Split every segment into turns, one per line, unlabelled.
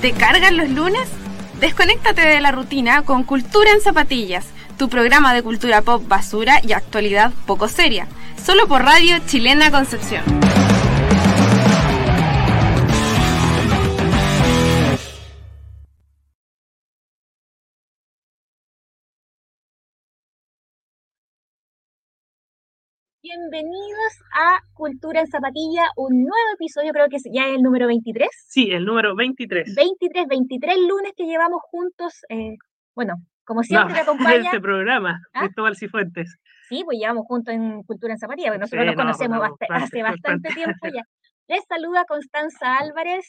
¿Te cargan los lunes? Desconéctate de la rutina con Cultura en Zapatillas, tu programa de cultura pop basura y actualidad poco seria, solo por Radio Chilena Concepción.
Bienvenidos a Cultura en Zapatilla, un nuevo episodio, creo que es- ya es el número 23.
Sí, el número 23.
23, 23 lunes que llevamos juntos. eh, bueno, como siempre te
de
acompaña.
este programa,
¿Ah?
Cristóbal Cifuentes.
Sí, pues llevamos juntos en Cultura en Zapatilla, porque nosotros
Sí,
nos
no, pues,
conocemos
no,
bast-
bastante,
hace bastante tiempo ya. Les saluda Constanza Álvarez.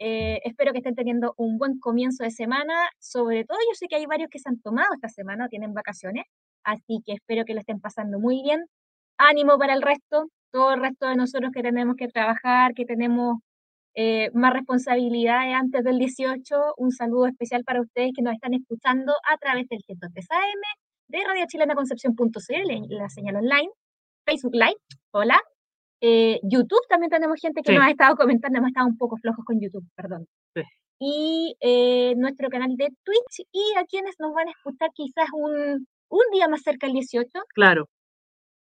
eh, espero que estén teniendo un buen comienzo de semana. Sobre todo, yo sé que hay varios que se han tomado esta semana, tienen vacaciones. Así que espero que lo estén pasando muy bien. Ánimo para el resto, todo el resto de nosotros que tenemos que trabajar, que tenemos eh, más responsabilidades antes del 18. Un saludo especial para ustedes que nos están escuchando a través del 103 AM, de Radio Chilena Concepción.cl, en la señal online, Facebook Live, hola. eh, YouTube también tenemos gente que
Sí.
nos ha estado comentando, hemos estado un poco flojos con YouTube, perdón.
Sí.
Y eh, nuestro canal de Twitch y a quienes nos van a escuchar quizás un, un día más cerca del 18
Claro.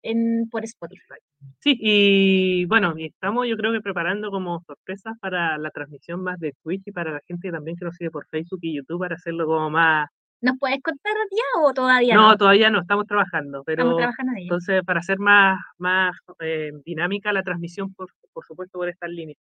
en, por Spotify.
Sí, y bueno, y estamos yo creo que preparando como sorpresas para la transmisión más de Twitch y para la gente también que nos sigue por Facebook y YouTube para hacerlo como más...
¿Nos puedes contar ya o todavía
no,
no?
todavía no, estamos trabajando, pero
Estamos trabajando en ello.
entonces para hacer más, más eh, dinámica la transmisión, por, por supuesto, por estas líneas.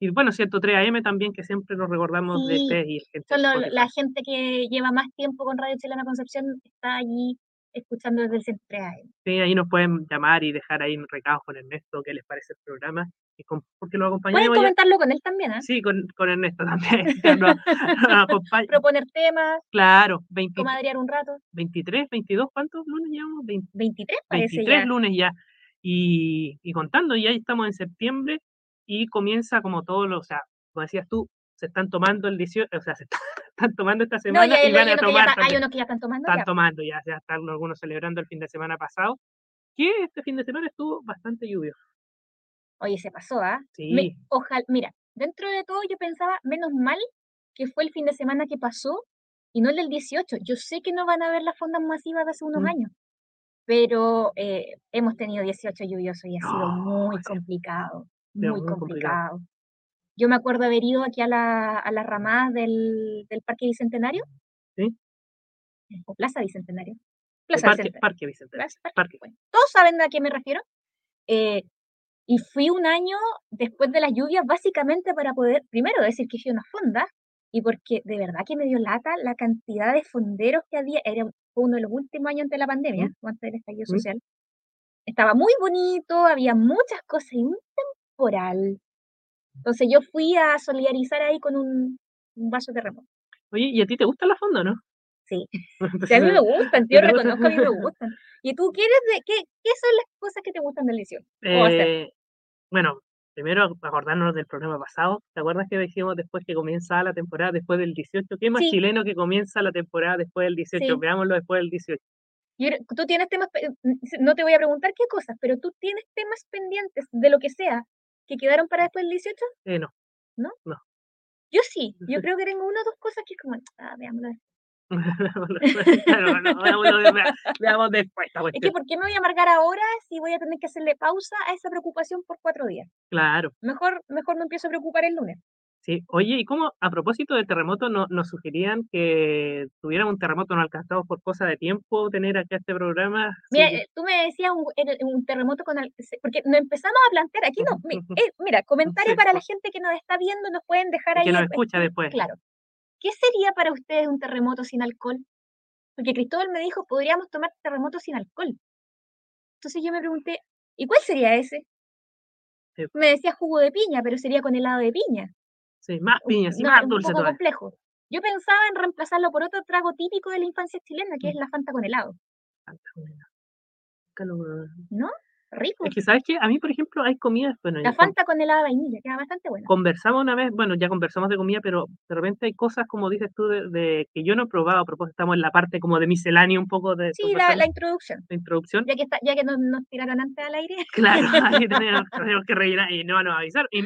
Y bueno, 103 AM también, que siempre nos recordamos de
Sí,
ustedes y gente de
Son lo-
Spotify.
la gente que lleva más tiempo con Radio Chilena Concepción está allí escuchando desde el Centro AM.
Sí, ahí nos pueden llamar y dejar ahí recados con Ernesto, qué les parece el programa, y con- porque lo
Pueden
acompañamos ya-
comentarlo con él también, ¿ah?
Sí, con, con Ernesto también. ya no- no acompaña-
Proponer temas,
claro, 20
comadrear un rato.
23, 22, ¿cuántos lunes llevamos? Vein-
23 parece
23
ya.
lunes ya. Y, y contando, ya estamos en septiembre y comienza como todo lo, o sea, como decías tú, se están tomando el 18, o sea, se están, tomando esta
No,
semana
ya
y
hay,
van
hay
a
unos que ya
tomar
ta- hay
también.
unos que ya están tomando.
están
ya.
tomando ya, ya están algunos celebrando el fin de semana pasado, que este fin de semana estuvo bastante lluvioso.
Oye, se pasó, ¿ah?
Sí,
Me- ojalá, mira, dentro de todo yo pensaba, menos mal que fue el fin de semana que pasó y no el del 18. Yo sé que no van a ver las fondas masivas de hace unos
Mm.
años, pero eh, hemos tenido 18 lluviosos y ha sido
No,
muy
ha sido
complicado,
pero
muy
muy complicado.
complicado. Yo me acuerdo haber ido aquí a, la, a las ramadas del, del Parque Bicentenario,
Sí.
o Plaza Bicentenario.
el
Plaza
parque,
Bicentenario.
parque Vicente.
Plaza-
Parque.
bueno, todos saben a qué me refiero. eh, y fui un año después de las lluvias, básicamente para poder, primero, decir que fui a una fonda, y porque de verdad que me dio lata la cantidad de fonderos que había. Era un- fue uno de los últimos años antes de la pandemia,
Mm.
o antes del estallido
Mm.
social. Estaba muy bonito, había muchas cosas y un temporal. Entonces yo fui a solidarizar ahí con un, un vaso de ramo.
Oye, ¿y a ti te gusta la fonda, no?
Sí.
Entonces,
Sí, a mí me gustan, yo
te gustan?
reconozco a mí me gustan. ¿Y tú qué, eres de, qué, qué son las cosas que te gustan del 18? ¿Cómo va a ser?
eh, bueno, primero acordarnos del programa pasado. ¿Te acuerdas que dijimos después que comienza la temporada después del 18? ¿Qué más
Sí.
chileno que comienza la temporada después del 18?
Sí.
Veámoslo después del 18.
Yo creo- er, tú tienes temas, pe- n- s- no te voy a preguntar qué cosas, pero tú tienes temas pendientes de lo que sea que quedaron para después del 18.
Eh, no.
Yo sí, yo creo que tengo una o dos cosas que es como, ah, veámoslo. después".
Veámoslo después, claro, no, veámoslo de- vea- veamos después esta
Es que,
cuestión.
¿por qué me voy a amargar ahora si voy a tener que hacerle pausa a esa preocupación por cuatro días?
Claro.
Mejor, mejor me empiezo a preocupar el lunes.
Sí, oye, y cómo a propósito del terremoto no, nos sugerían que tuviéramos un terremoto no alcanzado por cosa de tiempo, tener acá este programa. sí,
Mira, eh, tú me decías un, era un terremoto con... al- se- Porque nos empezamos a plantear, aquí no, mi-
Ujú.
eh, mira, comentario
Sí,
para la
pues.
gente que nos está viendo, nos pueden dejar
y
ahí.
que nos
eh,
escucha después.
Claro. ¿Qué sería para ustedes un terremoto sin alcohol? Porque Cristóbal me dijo, podríamos tomar terremoto sin alcohol. Entonces yo me pregunté, ¿y cuál sería ese?
Sí.
Me decía jugo de piña, pero sería con helado de piña.
Sí, más
Un-
piña, sí,
no,
más
un
dulce
poco
todavía.
complejo. Yo pensaba en reemplazarlo por otro trago típico de la infancia chilena,
Mm.
que es la Fanta con helado.
Fanta con helado. Nunca lo-
Rico.
Es que, ¿sabes qué? A mí, por ejemplo, hay comidas, bueno,
La
ya con-
Fanta con helado de vainilla, queda bastante buena.
conversamos una vez, bueno, ya conversamos de comida, pero de repente hay cosas, como dices tú, de, de que yo no he probado, a propósito, estamos en la parte como de miscelánea un poco de
Sí, la,
conversando
la introducción.
la introducción.
Ya que, está, ya que nos, nos tiraron antes al aire.
Claro, ahí tenemos, tenemos que rellenar y no nos avisaron. Y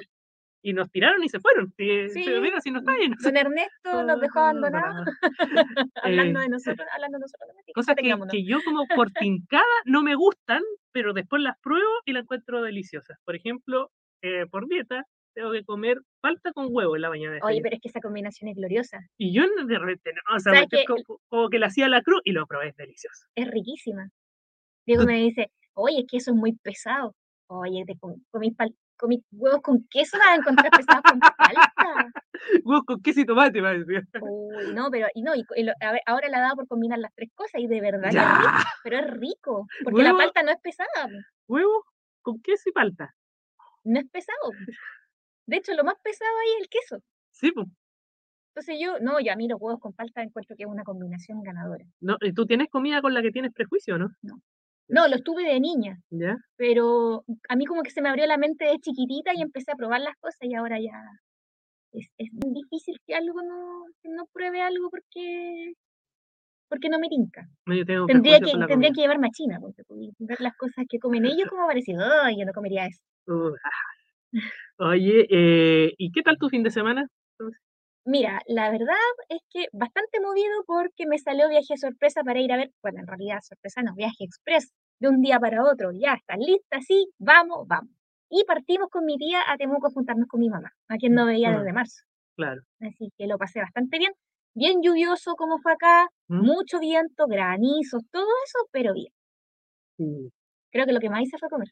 y nos tiraron y se fueron. Y,
Sí.
se- mira, si no está ahí, no
Don Ernesto nos dejó abandonados hablando
Eh,
de nosotros, hablando de nosotros. así que
Cosas que,
tengámonos.
que yo como por tincada no me gustan, pero después las pruebo y las encuentro deliciosas. Por ejemplo, eh, por dieta, tengo que comer palta con huevo en la mañana. de
Oye,
desayuno.
pero es que esa combinación es gloriosa,
Y yo de repente, no, o sea,
¿Sabes
cuestión
qué?
como, como que la hacía la cruz y lo probé, es delicioso.
es riquísima. Diego
Tú-
me dice, oye, es que eso es muy pesado. Oye, te com- comí, pal- comí huevos con queso, vas a encontrar pesado con palta.
Huevo con queso y tomate, me decía.
Uy, no, pero y no, y, co- y lo- a ver, ahora la he dado por combinar las tres cosas y de verdad que es
Ya.
rico, pero es rico, porque la
Huevo-
palta no es pesada, po,
Huevo con queso y palta.
no es pesado. po. De hecho, lo más pesado ahí es el queso.
Sí, pues.
Entonces yo, no, yo a mí los huevos con palta encuentro que es una combinación ganadora.
No, ¿y ¿Tú tienes comida con la que tienes prejuicio, no?
No, los tuve de niña,
¿Ya?
pero a mí como que se me abrió la mente de chiquitita
Mm.
y empecé a probar las cosas y ahora ya es, es muy difícil que algo no, que no pruebe algo porque porque no me tinca.
No, yo tengo
Tendría
prejuicio
que,
con la
tendría
comida.
que llevarme a China porque ver las cosas que comen ellos como parecido, ay, yo no comería eso.
Uh, ah. Oye, eh, ¿y qué tal tu fin de semana?
Mira, la verdad es que bastante movido porque me salió viaje sorpresa para ir a ver, bueno, en realidad sorpresa no, viaje express, de un día para otro, ya estás lista, sí, vamos, vamos. Y partimos con mi tía a Temuco a juntarnos con mi mamá, a quien no veía
Ujú.
desde marzo.
Claro.
Así que lo pasé bastante bien, bien lluvioso como fue acá,
¿Mm?
mucho viento, granizos, todo eso, pero bien.
Sí,
Creo que lo que más hice fue comer.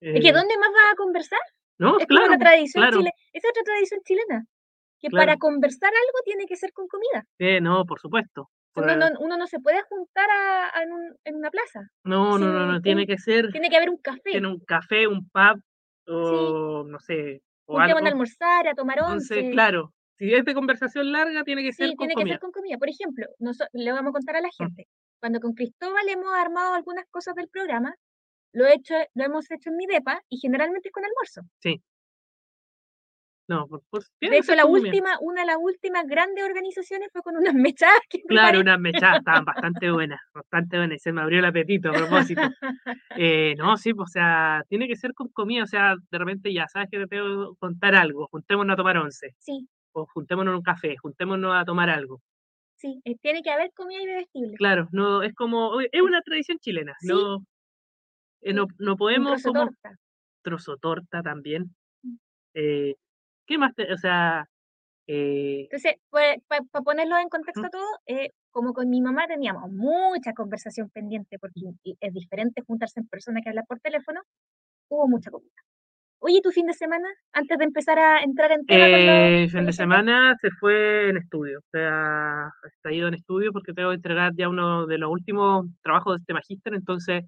Es
eh,
que ¿dónde más vas a conversar?
No,
Es como
claro. pues,
una tradición
claro.
chilena, es otra tradición chilena, que
Claro.
para conversar algo tiene que ser con comida.
Eh, no, por supuesto.
Uno
Pues
no, uno no se puede juntar a- a en, un- en una plaza.
No, no, no,
sin
no, tiene
un-
que ser
Tiene que haber un café.
en un café, un pub o no sé, o
Juntémonos a
algo.
almorzar, a tomar once.
Entonces, claro, si es de conversación larga, tiene que ser
sí,
con
tiene que
comida. Mm.
ser con comida. Por ejemplo, noso- le vamos a contar a la gente. Cuando con Cristóbal hemos armado algunas cosas del programa, lo, he hecho, lo hemos hecho en mi depa y generalmente es con almuerzo.
No, por, por- tiene
De
que
hecho,
ser
la
con comida.
última, una de las últimas grandes organizaciones fue con unas mechadas que
Claro,
preparé.
unas mechadas estaban bastante buenas, bastante buenas, y se me abrió el apetito a propósito. Eh, no, sí, pues, o sea, tiene que ser con comida, o sea, de repente ya sabes que te tengo que contar algo, juntémonos a tomar once,
Sí,
o juntémonos en un café, juntémonos a tomar algo.
sí, eh, tiene que haber comida y bebestible.
Claro, no, es como, oye, es una tradición chilena,
Sí.
no, eh, no, no
Un
podemos
trozo de
como
torta.
trozo torta también.
Mm.
Eh, ¿Qué más? te- o sea, eh,
Entonces, para ponerlo en contexto todo, eh, como con mi mamá teníamos mucha conversación pendiente, porque i- es diferente juntarse en persona que hablar por teléfono, hubo mucha comida. Oye, ¿tu fin de semana? Antes de empezar a entrar en tema con lo-
eh,
con
fin de
los temas,
semana se fue en estudio, o sea, está ido en estudio porque tengo que entregar ya uno de los últimos trabajos de este magíster, entonces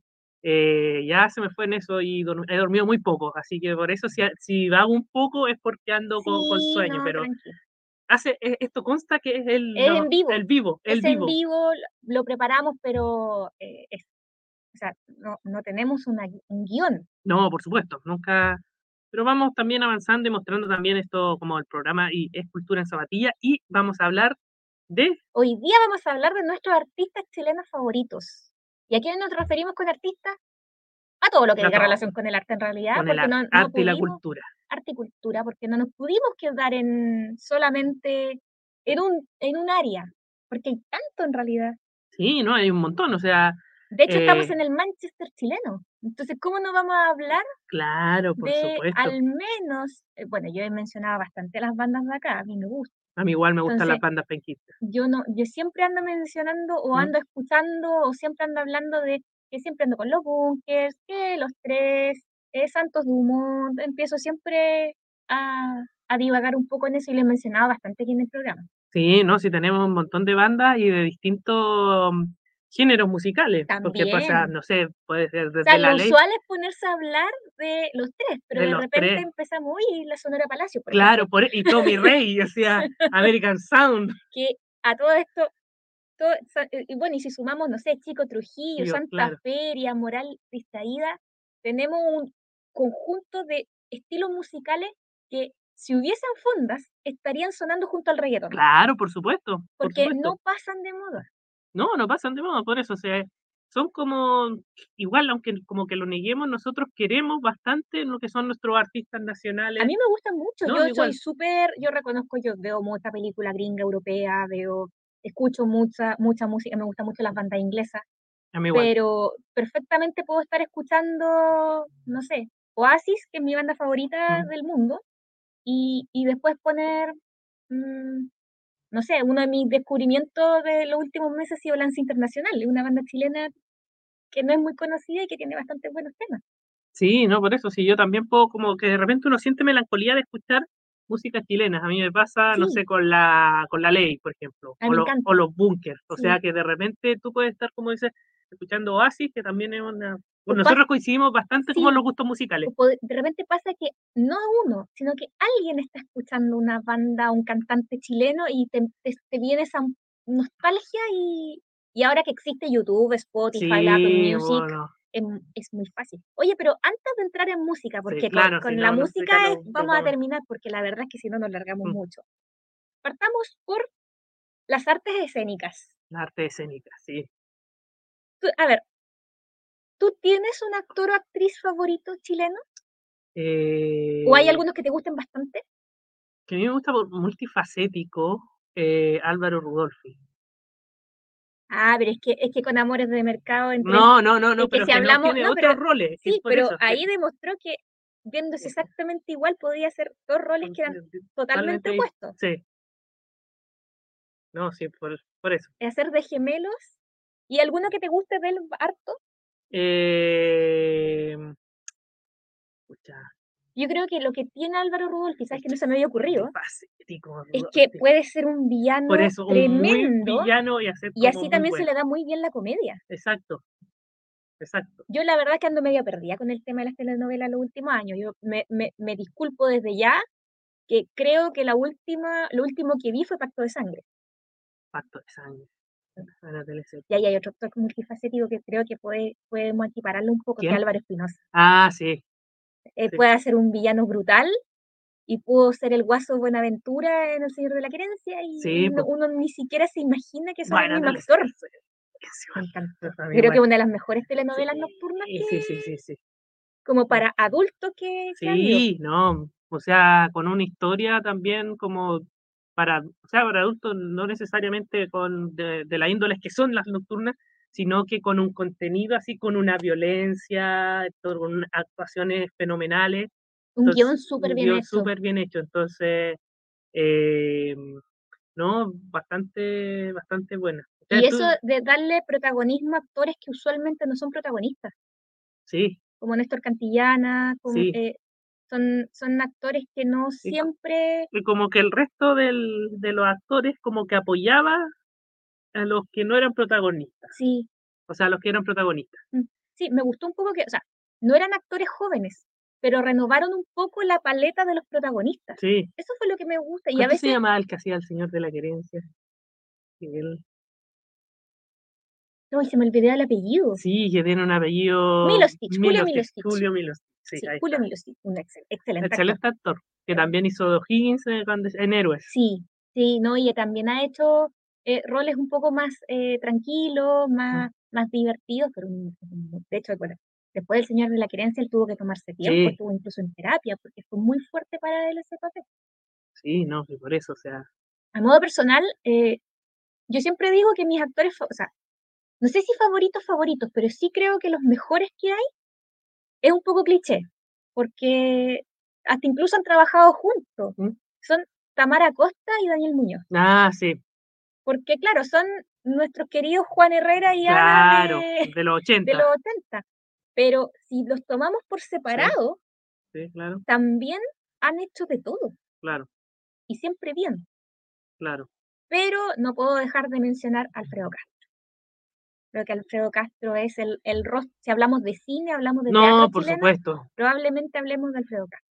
eh, ya se me fue en eso y dorm- he dormido muy poco, así que por eso si, a- si vago un poco es porque ando con, con
sí,
sueño,
no,
pero
tranqui.
hace, e- esto consta que es el,
Es en
no,
vivo,
el vivo, el
es
vivo.
en vivo, lo- lo preparamos, pero eh, es- o sea, no, no tenemos una gui- un guión.
No, por supuesto, nunca. Pero vamos también avanzando y mostrando también esto como el programa y es cultura en zapatilla y vamos a hablar de
Hoy día vamos a hablar de nuestros artistas chilenos favoritos. ¿Y a quién nos referimos con artistas? A todo lo que
A
tenga
todo.
relación con el arte en realidad,
con el
porque
ar-
no, no
arte y la
pudimos-
cultura.
arte y cultura, porque no nos pudimos quedar en solamente en un, en un área, porque hay tanto en realidad.
Sí, no, hay un montón, o sea,
De hecho, estamos
Eh.
en el Manchester chileno. Entonces, ¿cómo no vamos a hablar
claro, por
de
supuesto.
al menos, eh, bueno, yo he mencionado bastante las bandas de acá, a mí me gusta.
A mí igual me gustan las
entonces,
bandas penquistas.
Yo no, yo siempre ando mencionando o
¿Mm?
ando escuchando o siempre ando hablando de que siempre ando con los bunkers, que los tres, eh, Santos Dumont, empiezo siempre a, a divagar un poco en eso y les mencionaba bastante aquí en el programa.
Sí, no, sí tenemos un montón de bandas y de distintos mm, géneros musicales, porque pasa,
También.
no sé, puede ser
O
desde
sea,
la
lo
ley,
usual es ponerse a hablar de los tres, pero
De
de,
los
repente
tres.
empezamos, uy, la Sonora Palacio, por
claro,
ejemplo,
por, y Tommy Rey, o sea, American Sound.
que a todo esto, todo- sa- eh, y bueno, y si sumamos, no sé, Chico Trujillo,
Digo,
Santa
claro.
Feria, Moral Distraída, tenemos un conjunto de estilos musicales que si hubiesen fondas, estarían sonando junto al reggaetón,
Claro, por supuesto, por
porque
supuesto.
no pasan de moda.
No, no pasan de moda, por eso, o sea, son como, igual, aunque como que lo neguemos, nosotros queremos bastante lo que son nuestros artistas nacionales.
A mí me gustan mucho,
No,
yo
igual.
soy súper, yo reconozco, yo veo mucha película gringa, europea, veo, escucho mucha, mucha música, me gustan mucho las bandas inglesas,
A mí igual.
pero perfectamente puedo estar escuchando, no sé, Oasis, que es mi banda favorita
Ujú.
del mundo, y, y después poner, mm, no sé, uno de mis descubrimientos de los últimos meses ha sido Lanza Internacional, es una banda chilena que no es muy conocida y que tiene bastantes buenos temas.
Sí, no, por eso, sí, yo también puedo, como que de repente uno siente melancolía de escuchar música chilena. A mí me pasa, no
Sí.
sé, con la, con la ley, por ejemplo,
Ay,
o,
me
lo-
encanta.
o los bunkers. O
Sí.
sea, que de repente tú puedes estar, como dices, escuchando Oasis, que también es una.
Pues
Bueno,
pasa-
nosotros coincidimos bastante como en
Sí.
los gustos musicales.
o pod- de repente pasa que no uno, sino que alguien está escuchando una banda, un cantante chileno y te, te- te viene esa nostalgia y, y ahora que existe YouTube, Spotify, la Apple
Sí,
Music,
bueno,
em, es, muy fácil. Oye, pero antes de entrar en música, porque con-
claro,
con,
si
la
no, no se
música
saca
es-
lo- lo
vamos a
otro.
terminar porque la verdad es que si no nos largamos
Mm.
mucho. Partamos por las artes escénicas.
la arte escénica, sí.
Tú- a ver, ¿tú tienes un actor o actriz favorito chileno? ¿O hay
Eh,
algunos que te gusten bastante?
que a mí me gusta por multifacético eh, Álvaro Rudolfi.
Ah, pero es que, es que con Amores de Mercado entre
No, no, no, no,
que
pero
si
que
hablamos-
no tiene
no, pero-
otros roles. es
Sí,
por
pero
eso, es que
ahí demostró que viéndose
Sí.
exactamente igual podía hacer dos roles
son
que eran
de- de-
totalmente
totalmente dis-
opuestos.
Sí. No, sí, por, por eso.
Hacer de gemelos y alguno que te guste del harto.
Eh, pucha,
Yo creo que lo que tiene Álvaro Rudolph, quizás
Es
que no se me había ocurrido,
multifacético,
es que
Rudolfi.
puede ser un villano
por eso, un muy
tremendo
villano y hacer
y
como
así
muy
también se
bueno.
le da muy bien la comedia.
Exacto, exacto.
Yo la verdad que ando media perdida con el tema de las telenovelas los últimos años. Yo me, me, me disculpo desde ya que creo que la última, lo último que vi fue Pacto de Sangre.
Pacto de sangre. a la teleserie.
Y ahí hay otro actor multifacético que creo que puede, podemos equipararlo un poco, que
¿Quién?
Álvaro Espinosa.
Ah, sí,
Él
Sí.
eh, puede ser un villano brutal y pudo ser el guaso Buenaventura en El Señor de la Querencia y
Sí,
uno,
pues.
uno ni siquiera se imagina que son el
Buena
mismo
teleserie.
actor.
Sí,
Me encanta.
a mí
Yo creo que
igual.
es una de las mejores telenovelas nocturnas
Sí,
que-
sí, sí, sí, sí.
como para adultos que, que ha habido.
Sí, no, o sea, con una historia también como para, o sea, para adultos, no necesariamente con de, de la índole que son las nocturnas, sino que con un contenido así, con una violencia, todo con unas actuaciones fenomenales,
Un
entonces,
guión súper
un
bien
guión
hecho.
súper bien hecho, entonces, eh, no, bastante, bastante buena. O sea,
Y
tú-
eso de darle protagonismo a actores que usualmente no son protagonistas.
sí,
como Néstor Cantillana, como,
Sí.
eh, son, son actores que no
co-
siempre,
y como que el resto del, de los actores como que apoyaba a los que no eran protagonistas.
sí,
o sea, los que eran protagonistas.
sí, me gustó un poco que, o sea, no eran actores jóvenes, pero renovaron un poco la paleta de los protagonistas.
Sí.
Eso fue lo que me gusta. Y a
¿Cómo se
veces,
llamaba el que hacía el señor de la querencia? Miguel.
no, y se me olvidó el apellido.
Sí, que tiene un apellido.
Milostic, Julio
Julio
Milostic.
Julio Milostic, Sí,
Sí,
ahí
Julio
está.
Milostic, un excel- excelente actor.
Excelente actor, que también hizo de O'Higgins eh, cuando- en Héroes.
Sí, sí, ¿no? Y también ha hecho eh, roles un poco más eh, tranquilos, más, más divertidos, pero un- un- de hecho, bueno, después del Señor de la Querencia él tuvo que tomarse tiempo,
Sí.
estuvo incluso en terapia, porque fue muy fuerte para él ese papel.
Sí, no, sí, por eso, o sea.
A modo personal, eh, yo siempre digo que mis actores, fa- o sea, no sé si favoritos, favoritos, pero sí creo que los mejores que hay es un poco cliché, porque hasta incluso han trabajado juntos.
¿Mm?
Son Tamara Costa y Daniel Muñoz.
Ah, sí,
Porque claro, son nuestros queridos Juan Herrera y Ana
claro,
de,
de los
de
80.
los 80. Pero si los tomamos por separado,
Sí, claro,
también han hecho de todo
claro,
y siempre bien.
claro.
Pero no puedo dejar de mencionar a Alfredo Castro. Creo que Alfredo Castro es el, el rostro, si hablamos de cine, hablamos de teatro
No, por
chileno,
supuesto.
probablemente hablemos de Alfredo Castro.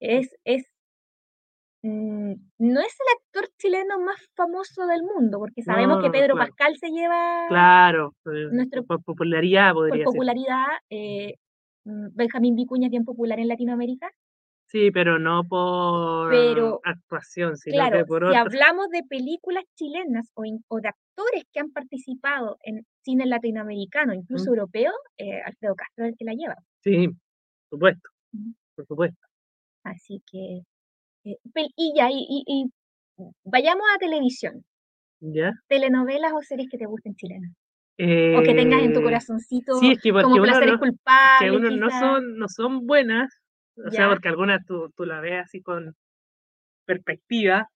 Es, es, mm, no es el actor chileno más famoso del mundo, porque sabemos que
No,
Pedro
claro.
Pascal se lleva
Claro, eh,
Nuestro-
por popularidad
por
podría ser.
popularidad, eh, mm, Benjamín Vicuña es bien popular en Latinoamérica,
Sí, pero no por
Pero,
actuación, sino
Claro,
que por
si
otra.
hablamos de películas chilenas o, in- o de actores que han participado en cine latinoamericano, incluso
Ujú.
europeo, eh, Alfredo Castro es el que la lleva.
Sí, por supuesto,
Ujú.
por supuesto.
Así que, eh, pel- y ya, y, y- y vayamos a televisión,
¿Ya?
telenovelas o series que te gusten chilenas, o que tengas en tu
Eh,
corazoncito
sí, es que porque
como
uno
placeres
no- que
culpables,
uno no
quizás.
son, no son buenas, o sea,
Ya.
porque algunas tú, tú la ves así con perspectiva,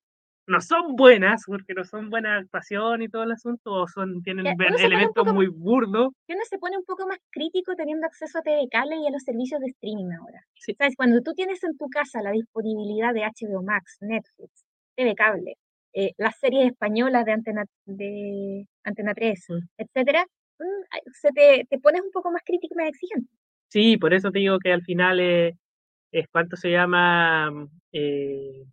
no son buenas, porque no son buena actuación y todo el asunto, o son, tienen
Ya,
ver-
uno se pone un
elementos
poco-
muy burdos.
que uno se pone un poco más crítico teniendo acceso a TV Cable y a los servicios de streaming ahora.
Sí.
¿Sabes? Cuando tú tienes en tu casa la disponibilidad de HBO Max, Netflix, TV Cable, eh, las series españolas de Antena, de Antena 3,
Mm.
etcétera, mm, ay, se te, te pones un poco más crítico y más exigente.
Sí, por eso te digo que al final eh, es cuánto se llama, mm, eh,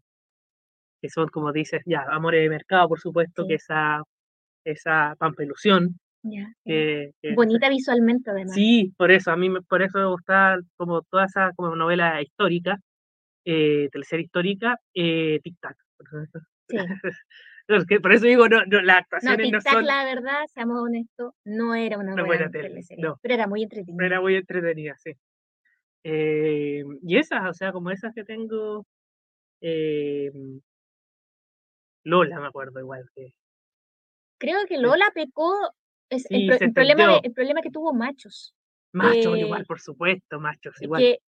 que son como dices, ya, amores de mercado, por supuesto,
Sí.
que esa, esa pampelusión,
Ya, ya.
que, que-
Bonita visualmente, además.
Eh, Sí, por eso, a mí me- por eso me gusta como toda esa como novela histórica, eh, teleserie histórica, eh, Tic Tac. por ejemplo.
Sí.
Es que por eso digo, no, no, las
No,
actuaciones
Tic
no
Tac,
son
la verdad, seamos honestos, no era una
una
buena,
buena tele,
teleserie,
no,
pero era muy
pero
entretenida.
era muy entretenida, sí. Eh, y esas, o sea, como esas que tengo, eh, Lola, me acuerdo igual, que
Creo que Lola pecó, es el,
Sí,
pro-
se
el problema de-
extendió.
el problema que tuvo machos.
machos
Eh,
igual, por supuesto, machos
y
igual.
que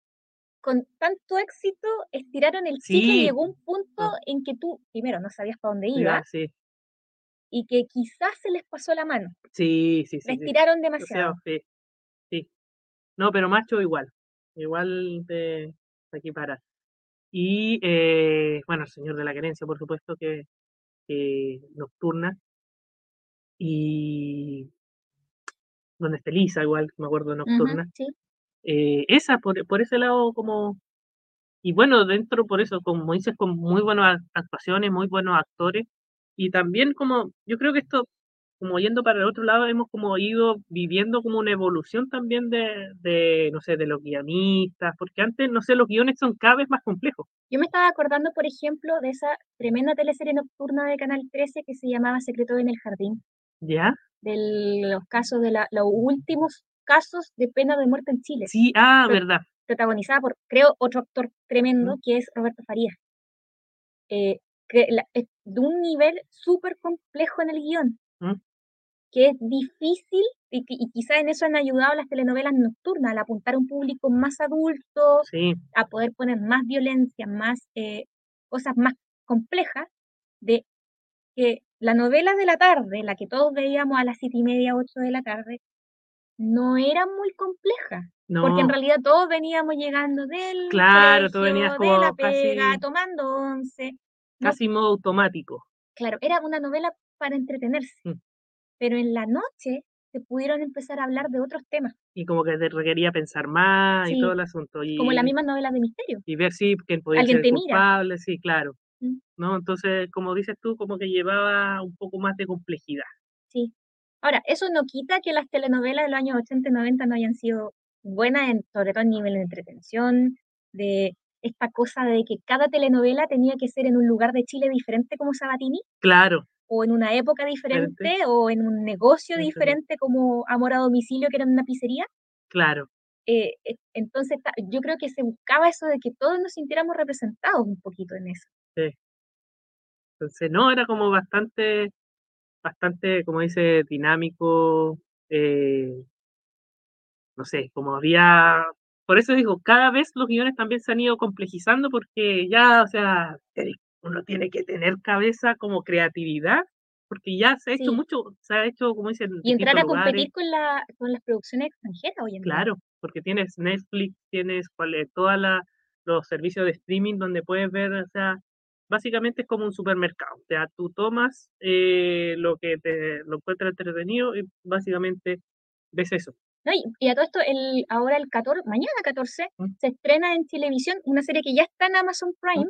con tanto éxito estiraron el chicle y
Sí,
llegó un punto
no.
en que tú, primero, no sabías para dónde
iba,
iba
sí,
y que quizás se les pasó la mano,
sí, sí,
la
sí, sí.
estiraron
O sea,
demasiado.
sí, sí. No, pero macho igual. Igual de, de aquí para. Y eh, bueno, el señor de la querencia, por supuesto, que, que nocturna. Y donde está Elisa, igual, me acuerdo, de
Ujú,
nocturna.
sí,
Eh, esa, por, por ese lado, como. Y bueno, dentro, por eso, como dices, con muy buenas ac- actuaciones, muy buenos actores. Y también, como. Yo creo que esto, como yendo para el otro lado, hemos como ido viviendo como una evolución también de, de no sé, de los guionistas. Porque antes, no sé, los guiones son cada vez más complejos.
Yo me estaba acordando, por ejemplo, de esa tremenda teleserie nocturna de Canal 13 que se llamaba Secreto en el Jardín,
¿Ya?
de los casos de la, los últimos casos de pena de muerte en Chile,
Sí, ah,
Pro-
verdad.
protagonizada por, creo, otro actor tremendo que es Roberto Farías. eh, que la- es de un nivel súper complejo en el guión,
¿Mm?
que es difícil y, qui- y quizá en eso han ayudado las telenovelas nocturnas, al apuntar a un público más adulto,
Sí,
a poder poner más violencia, más eh, cosas más complejas, de que la novela de la tarde, la que todos veíamos a las siete y media, ocho de la tarde, no era muy compleja. Porque en
no,
realidad todos veníamos llegando del
claro, tú venías
colegio, de la
como
pega,
casi,
tomando once, no
casi modo automático.
claro, era una novela para entretenerse,
Mm.
pero en la noche se pudieron empezar a hablar de otros temas,
Y como que te requería pensar más y todo
sí,
el asunto.
como la
Y,
misma novela de misterio.
y ver si quién podía
Alguien
ser
te mira.
culpable, sí, claro.
Mm.
¿No? Entonces, como dices tú, como que llevaba un poco más de complejidad.
Sí. Ahora, eso no quita que las telenovelas de los años 80 y 90 no hayan sido buenas, en, sobre todo en nivel de entretención, de esta cosa de que cada telenovela tenía que ser en un lugar de Chile diferente como Sabatini,
Claro,
o en una época
espérate,
diferente, o en un negocio
no entendí.
diferente como Amor a Domicilio, que era una pizzería.
claro,
eh, e- entonces, ta- yo creo que se buscaba eso de que todos nos sintiéramos representados un poquito en eso.
sí. Entonces, no, era como bastante, bastante, como dice, dinámico, eh, no sé, como había. Por eso digo, cada vez los guiones también se han ido complejizando porque ya, o sea, tenés- uno tiene que tener cabeza como creatividad, porque ya se ha hecho
Sí,
mucho, se ha hecho, como dicen, en
y entrar
distintos
a
lugares,
competir con, la, con las producciones extranjeras hoy en día.
claro, porque tienes Netflix, tienes todos los servicios de streaming donde puedes ver, o sea, básicamente es como un supermercado, o sea, tú tomas eh, lo que te lo encuentras entretenido y básicamente ves eso.
No, y, y a todo esto, el, ahora el 14, mañana 14,
¿Mm?
se estrena en televisión una serie que ya está en Amazon
¿Mm?
Prime,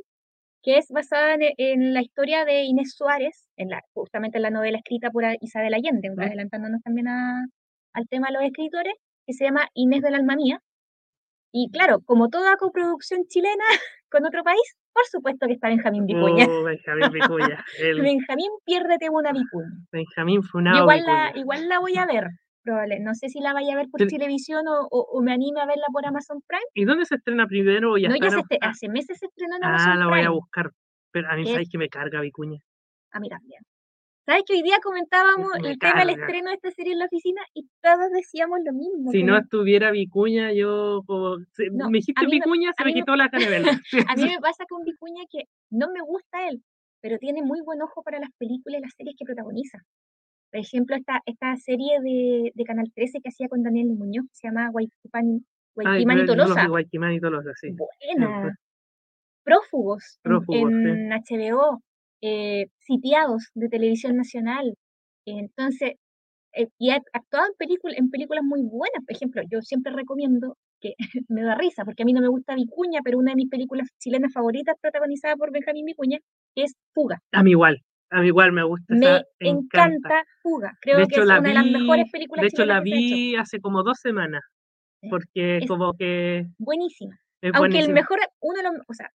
que es basada en, en la historia de Inés Suárez, en la, justamente en la novela escrita por a- Isabel Allende,
¿Mm?
adelantándonos también a- al tema de los escritores, que se llama Inés del Alma Mía, Y claro, como toda coproducción chilena con otro país, por supuesto que está Benjamín Vicuña.
Oh, Benjamín Vicuña. El Ah.
Benjamín, piérdete una Vicuña.
Benjamín
Yo
Funado.
igual la,
Vicuña.
igual la voy a ver, probable. No sé si la vaya a ver por
Tien-
televisión o, o- o me anime a verla por Amazon Prime.
¿Y dónde se estrena primero? Ya
no, ya
está en
se
Am-
estre- hace meses se estrenó en Amazon
Ah, la voy
Prime.
a buscar. Pero a mí
¿Qué?
sabes que me carga Vicuña.
A mí también. ¿Sabes que hoy día comentábamos
Me
el tema del
carga.
estreno de esta serie en la oficina y todos decíamos lo mismo?
Si
que
no estuviera Vicuña, yo como... se-
No,
me
a
dijiste
mí me-
Vicuña,
a
se me
mí me-
quitó la canevela.
A mí me pasa con Vicuña que no me gusta él, pero tiene muy buen ojo para las películas y las series que protagoniza. Por ejemplo, esta, esta serie de, de Canal 13 que hacía con Daniel Muñoz, que se llama Guayquipán-
Ay,
Guayquimán y
pero no los
Tolosa.
de Guayquimán y Tolosa, sí.
Buena. Prófugos en-
Prófugos, sí.
en HBO, eh, sitiados de televisión nacional. Entonces, eh, y ha actuado en, película, en películas muy buenas. Por ejemplo, yo siempre recomiendo que me da risa, porque a mí no me gusta Vicuña, pero una de mis películas chilenas favoritas protagonizada por Benjamín Vicuña es Fuga.
A mí igual. A mí igual me gusta.
Me
esa-
encanta. Fuga. Creo que
hecho,
es
la
una de las mejores
vi-
películas
De hecho,
chilenas
la
que se ha hecho.
vi hace como dos semanas.
Sí.
Porque
Es-
como que... es
Buenísima. Aunque el
buenísima.
mejor, uno de los, o sea,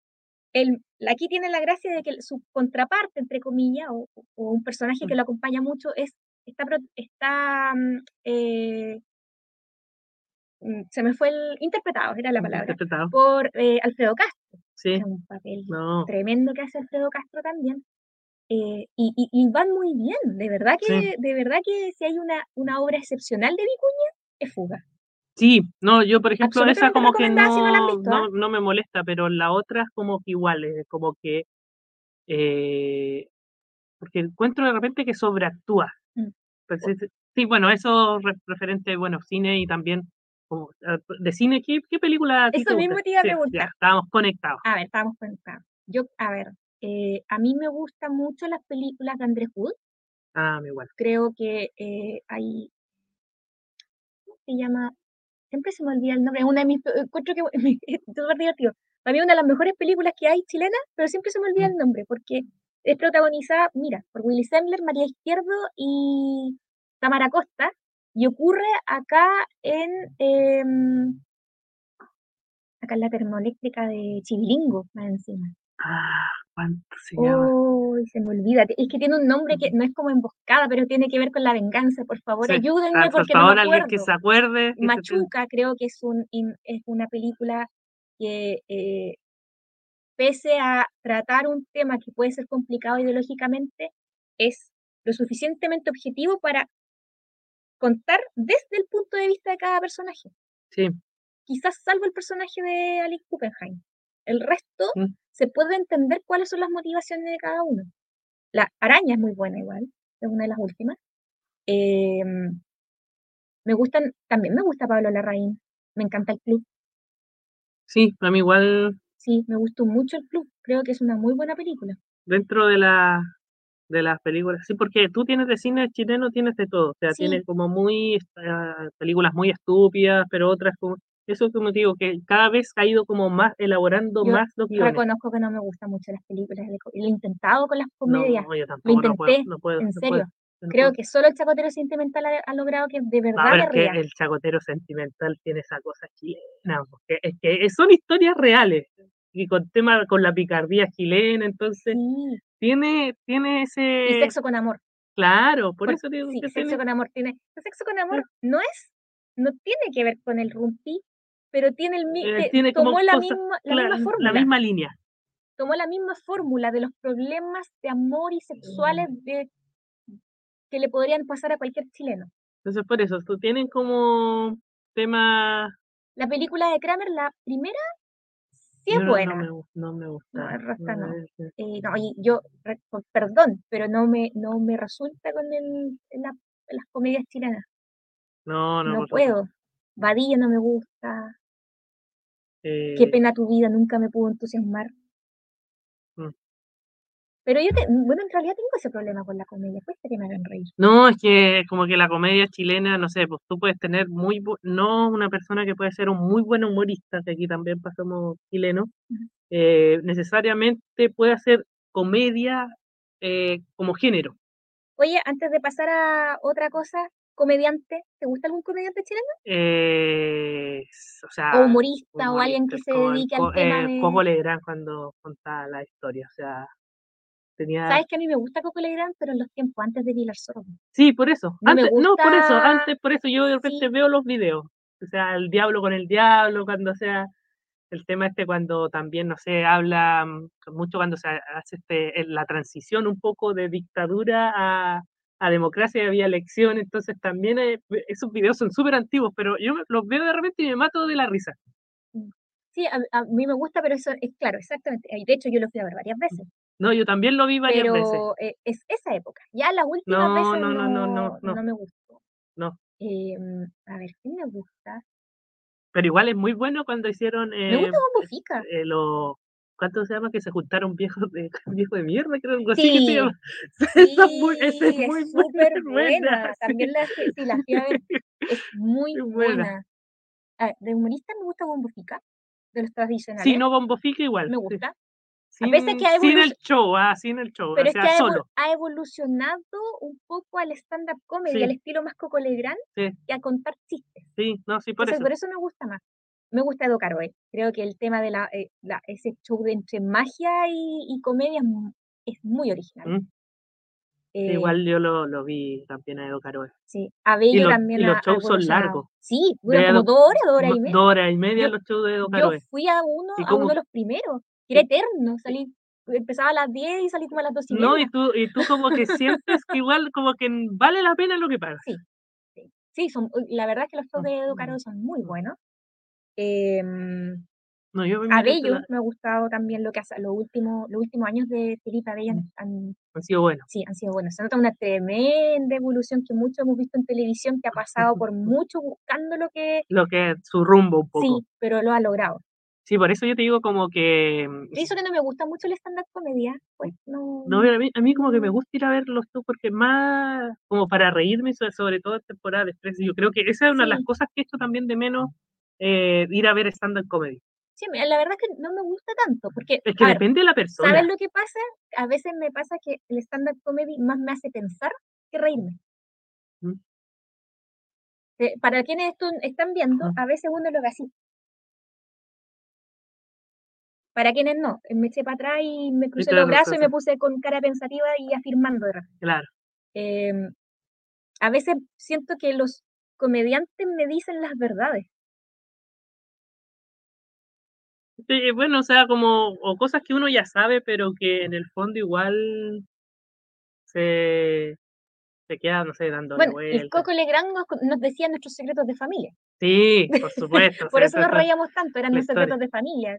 el, aquí tiene la gracia de que el- su contraparte, entre comillas, o, o un
Mm.
personaje que lo acompaña mucho, es está, pro- está mm, eh, mm, se me fue el interpretado, era la palabra,
Interpretado,
por eh, Alfredo Castro,
Sí,
que es un papel
no.
tremendo que hace Alfredo Castro también. eh, y, y- y van muy bien, de verdad que,
Sí.
de verdad que si hay una, una obra excepcional de Vicuña, es fuga.
Sí, no, yo por ejemplo esa
Absolutamente
como que
recomendada si no la han
no,
visto, ¿eh?
no, no me molesta, pero la otra es como que igual, es como que... eh, porque encuentro de repente que sobreactúa.
Mm.
Pues es- sí, bueno, eso re- referente, bueno, cine y también... como, ah, ¿De cine qué, qué película? a ti
Eso
te
mismo
gusta?
te iba a
Sí,
preguntar.
ya, estábamos conectados.
A ver, estamos conectados. Yo, a ver, eh, a mí me gustan mucho las películas de Andrés Wood.
Ah, me igual.
Creo que eh, hay. ¿Cómo se llama? Siempre se me olvida el nombre. Es una de mis. pe- Encuentro que me- es súper divertido. Para mí, es una de las mejores películas que hay chilena, pero siempre se me olvida
Mm.
el nombre porque es protagonizada, mira, por Willy Sandler, María Izquierdo y Tamara Costa. Y ocurre acá en. em, acá en la termoeléctrica de Chivilingo, más encima.
Ah, ¿cuánto se llama?
Uy, se me olvida. Ti- Es que tiene un nombre que no es como emboscada, pero tiene que ver con la venganza. Por favor,
Sí.
ayúdenme
Ah, por
porque no
favor,
me
alguien que
acuerdo.
se acuerde. que se-
Machuca creo que es, un, in- es una película que, eh, pese a tratar un tema que puede ser complicado ideológicamente, es lo suficientemente objetivo para contar desde el punto de vista de cada personaje
Sí,
quizás salvo el personaje de Alex Guggenheim. El resto
Mm.
se puede entender cuáles son las motivaciones de cada uno. La araña es muy buena igual, es una de las últimas. Eh, me gustan, también me gusta Pablo Larraín, me encanta el club,
sí, a mí igual
sí, me gustó mucho el club, creo que es una muy buena película.
dentro de la de las películas. Sí, porque tú tienes de cine chileno, tienes de todo. O sea,
Sí.
tienes como muy ah, películas muy estúpidas, pero otras como eso como te digo que cada vez ha ido como más elaborando
Yo
más los guiones.
Reconozco que no me gustan mucho las películas, le- lo he intentado con las
No,
comedias,
yo tampoco no puedo,
intenté,
no puedo,
en
no puedo,
serio.
yo no
creo
puedo.
que solo el chacotero sentimental ha, ha logrado que de
No,
verdad
pero
me
es que
ría.
el chacotero sentimental tiene esa cosa chilena, porque es que son historias reales y con tema con la picardía chilena, entonces
Sí,
tiene tiene
y
ese
sexo con amor.
claro, por
Por-
eso te digo
sí,
que
sexo
tiene-
con amor tiene. el sexo con amor no es, no tiene que ver con el rumpi, pero tiene el mi-
Eh,
te-
tiene como
tomó la
cosa-
misma, la
claro,
misma fórmula.
la misma línea.
Tomó la misma fórmula de los problemas de amor y sexuales
Mm.
de, que le podrían pasar a cualquier chileno.
Entonces, por eso, tú tienen como tema.
La película de Kramer, la primera, sí
yo
es
no-
buena.
No me, gu- no me gusta.
el resto no.
me-
eh, no, y yo, re- con- perdón, pero no me, no me resulta con el, la- las comedias chilenas.
No, no,
No,
por favor.
puedo. Vadilla no me gusta. Qué
Eh,
pena tu vida, nunca me pudo entusiasmar.
Mm.
Pero yo, te- mm, bueno, en realidad tengo ese problema con la comedia, cuesta que me hagan reír.
No, es que como que la comedia chilena, no sé, pues tú puedes tener muy, bu- no una persona que puede ser un muy buen humorista, que aquí también pasamos chilenos,
Ujú.
eh, necesariamente puede hacer comedia eh, como género.
Oye, antes de pasar a otra cosa, comediante? ¿Te gusta algún comediante chileno?
Eh, o sea,
o humorista, o alguien que se
como el
dedique
Co-
al tema
eh,
de...
Coco Legrand cuando contaba la historia, o sea, tenía...
Sabes que a mí me gusta Coco Legrand, pero en los tiempos antes de Pilar Sordo.
Sí, por eso.
No me
Antes, no, por eso,
gusta-
antes, por eso yo de repente veo los videos. O sea, el diablo con el diablo, cuando sea el tema este, cuando también, no sé, habla mm, mucho cuando se ha- hace este, el- la transición un poco de dictadura a, a democracia y había elección. Entonces también eh, ve- esos videos son súper antiguos, pero yo me- los veo de repente y me mato de la risa.
Sí, a, a mí me gusta, pero eso es claro, exactamente. Y De hecho, yo lo fui a ver varias veces,
No, yo también lo vi varias veces.
pero eh, es esa época. Ya las últimas
No,
veces
no, no, no, no, no.
me gustó.
No.
Eh, a ver, ¿quién me gusta?
Pero igual es muy bueno cuando hicieron...
Me
eh,
gusta Bombo Fica.
eh, lo- ¿Cuánto se llama? Que se juntaron viejos de, viejos de mierda, creo algo así que se
Sí,
llama.
Sí,
Esa es muy, esa es muy buena,
súper
buena,
buena.
sí.
También la, fui- sí, la fui a ver, es muy
Es buena.
buena. A ver, de humorista me gusta Bombo Fica, de los tradicionales.
Sí, no bombofica igual.
me
sí.
gusta.
Sin,
pesar que ha
sin el
evolucion-
show, ah, sin el show.
Pero
o
es que
sea,
ha, evo-
solo.
ha evolucionado un poco al stand-up comedy,
Sí.
al estilo más Coco Legrand,
Sí.
que a contar chistes.
Sí, no, sí, por
Entonces,
eso.
por eso me gusta más. Me gusta Edo Caroe. Creo que el tema de la, eh, la- ese show de entre magia y, y comedia es, mu- es muy original.
Mm.
Eh,
Igual yo lo, lo vi también a Edo Caroe.
Sí, a Bello
los-
también
y los
ha- ha
shows son
evolucionado.
largos.
Sí, duran
Edo-
como dos horas, dos horas y media.
Dos horas y media
Yo-
los shows de Edo
Yo
Caroe.
fui a uno,
¿Y
a uno
cómo?
de los primeros, que era eterno. Salí, empezaba a las 10 y salí como a las 2 y
No, y
media.
tú, y tú como que sientes que igual como que n- vale la pena lo que pagas.
Sí, son, la verdad es que los shows de Edo
Mm,
Caro son muy buenos. Em,
No, yo me imagino que
Abello
la-
me ha gustado también lo que hace los últimos, los últimos años de Felipe Abello han, han-
han sido buenos.
sí, han sido buenos. Se nota una tremenda evolución que muchos hemos visto en televisión, que ha pasado por mucho buscando lo que
Lo que es su rumbo un poco.
sí, pero lo ha logrado.
Sí, por eso yo te digo como que mm,
Y eso que no me gusta mucho el stand-up comedia, pues no.
No, pero a mí, a mí como que me gusta ir a ver los shows porque más como para reírme, so- sobre todo en temporada de estrés. y Yo creo que esa es una de las
Sí.
cosas que he hecho también de menos eh, ir a ver stand-up comedy.
Sí, me- la verdad es que no me gusta tanto, porque
Es que
a ver,
depende de la persona.
¿sabes lo que pasa? A veces me pasa que el stand-up comedy más me hace pensar que reírme.
Mm.
Eh, Para quienes esto están viendo,
Ujú.
a veces uno lo ve así. Para quienes no, eh, me eché para atrás y me crucé
toda
los
la
brazos y
razón.
me puse con cara pensativa y afirmando de repente.
Claro.
Em, a veces siento que los comediantes me dicen las verdades.
Sí, bueno, o sea, como o cosas que uno ya sabe, pero que en el fondo igual se, se queda, no sé, dando
Bueno, el
vueltas.
Coco Legrand nos, co- nos decía nuestros secretos de familia.
Sí, por supuesto. o
Por
sea,
eso nos
está-
reíamos tanto, eran
la
los
historia.
secretos de familia.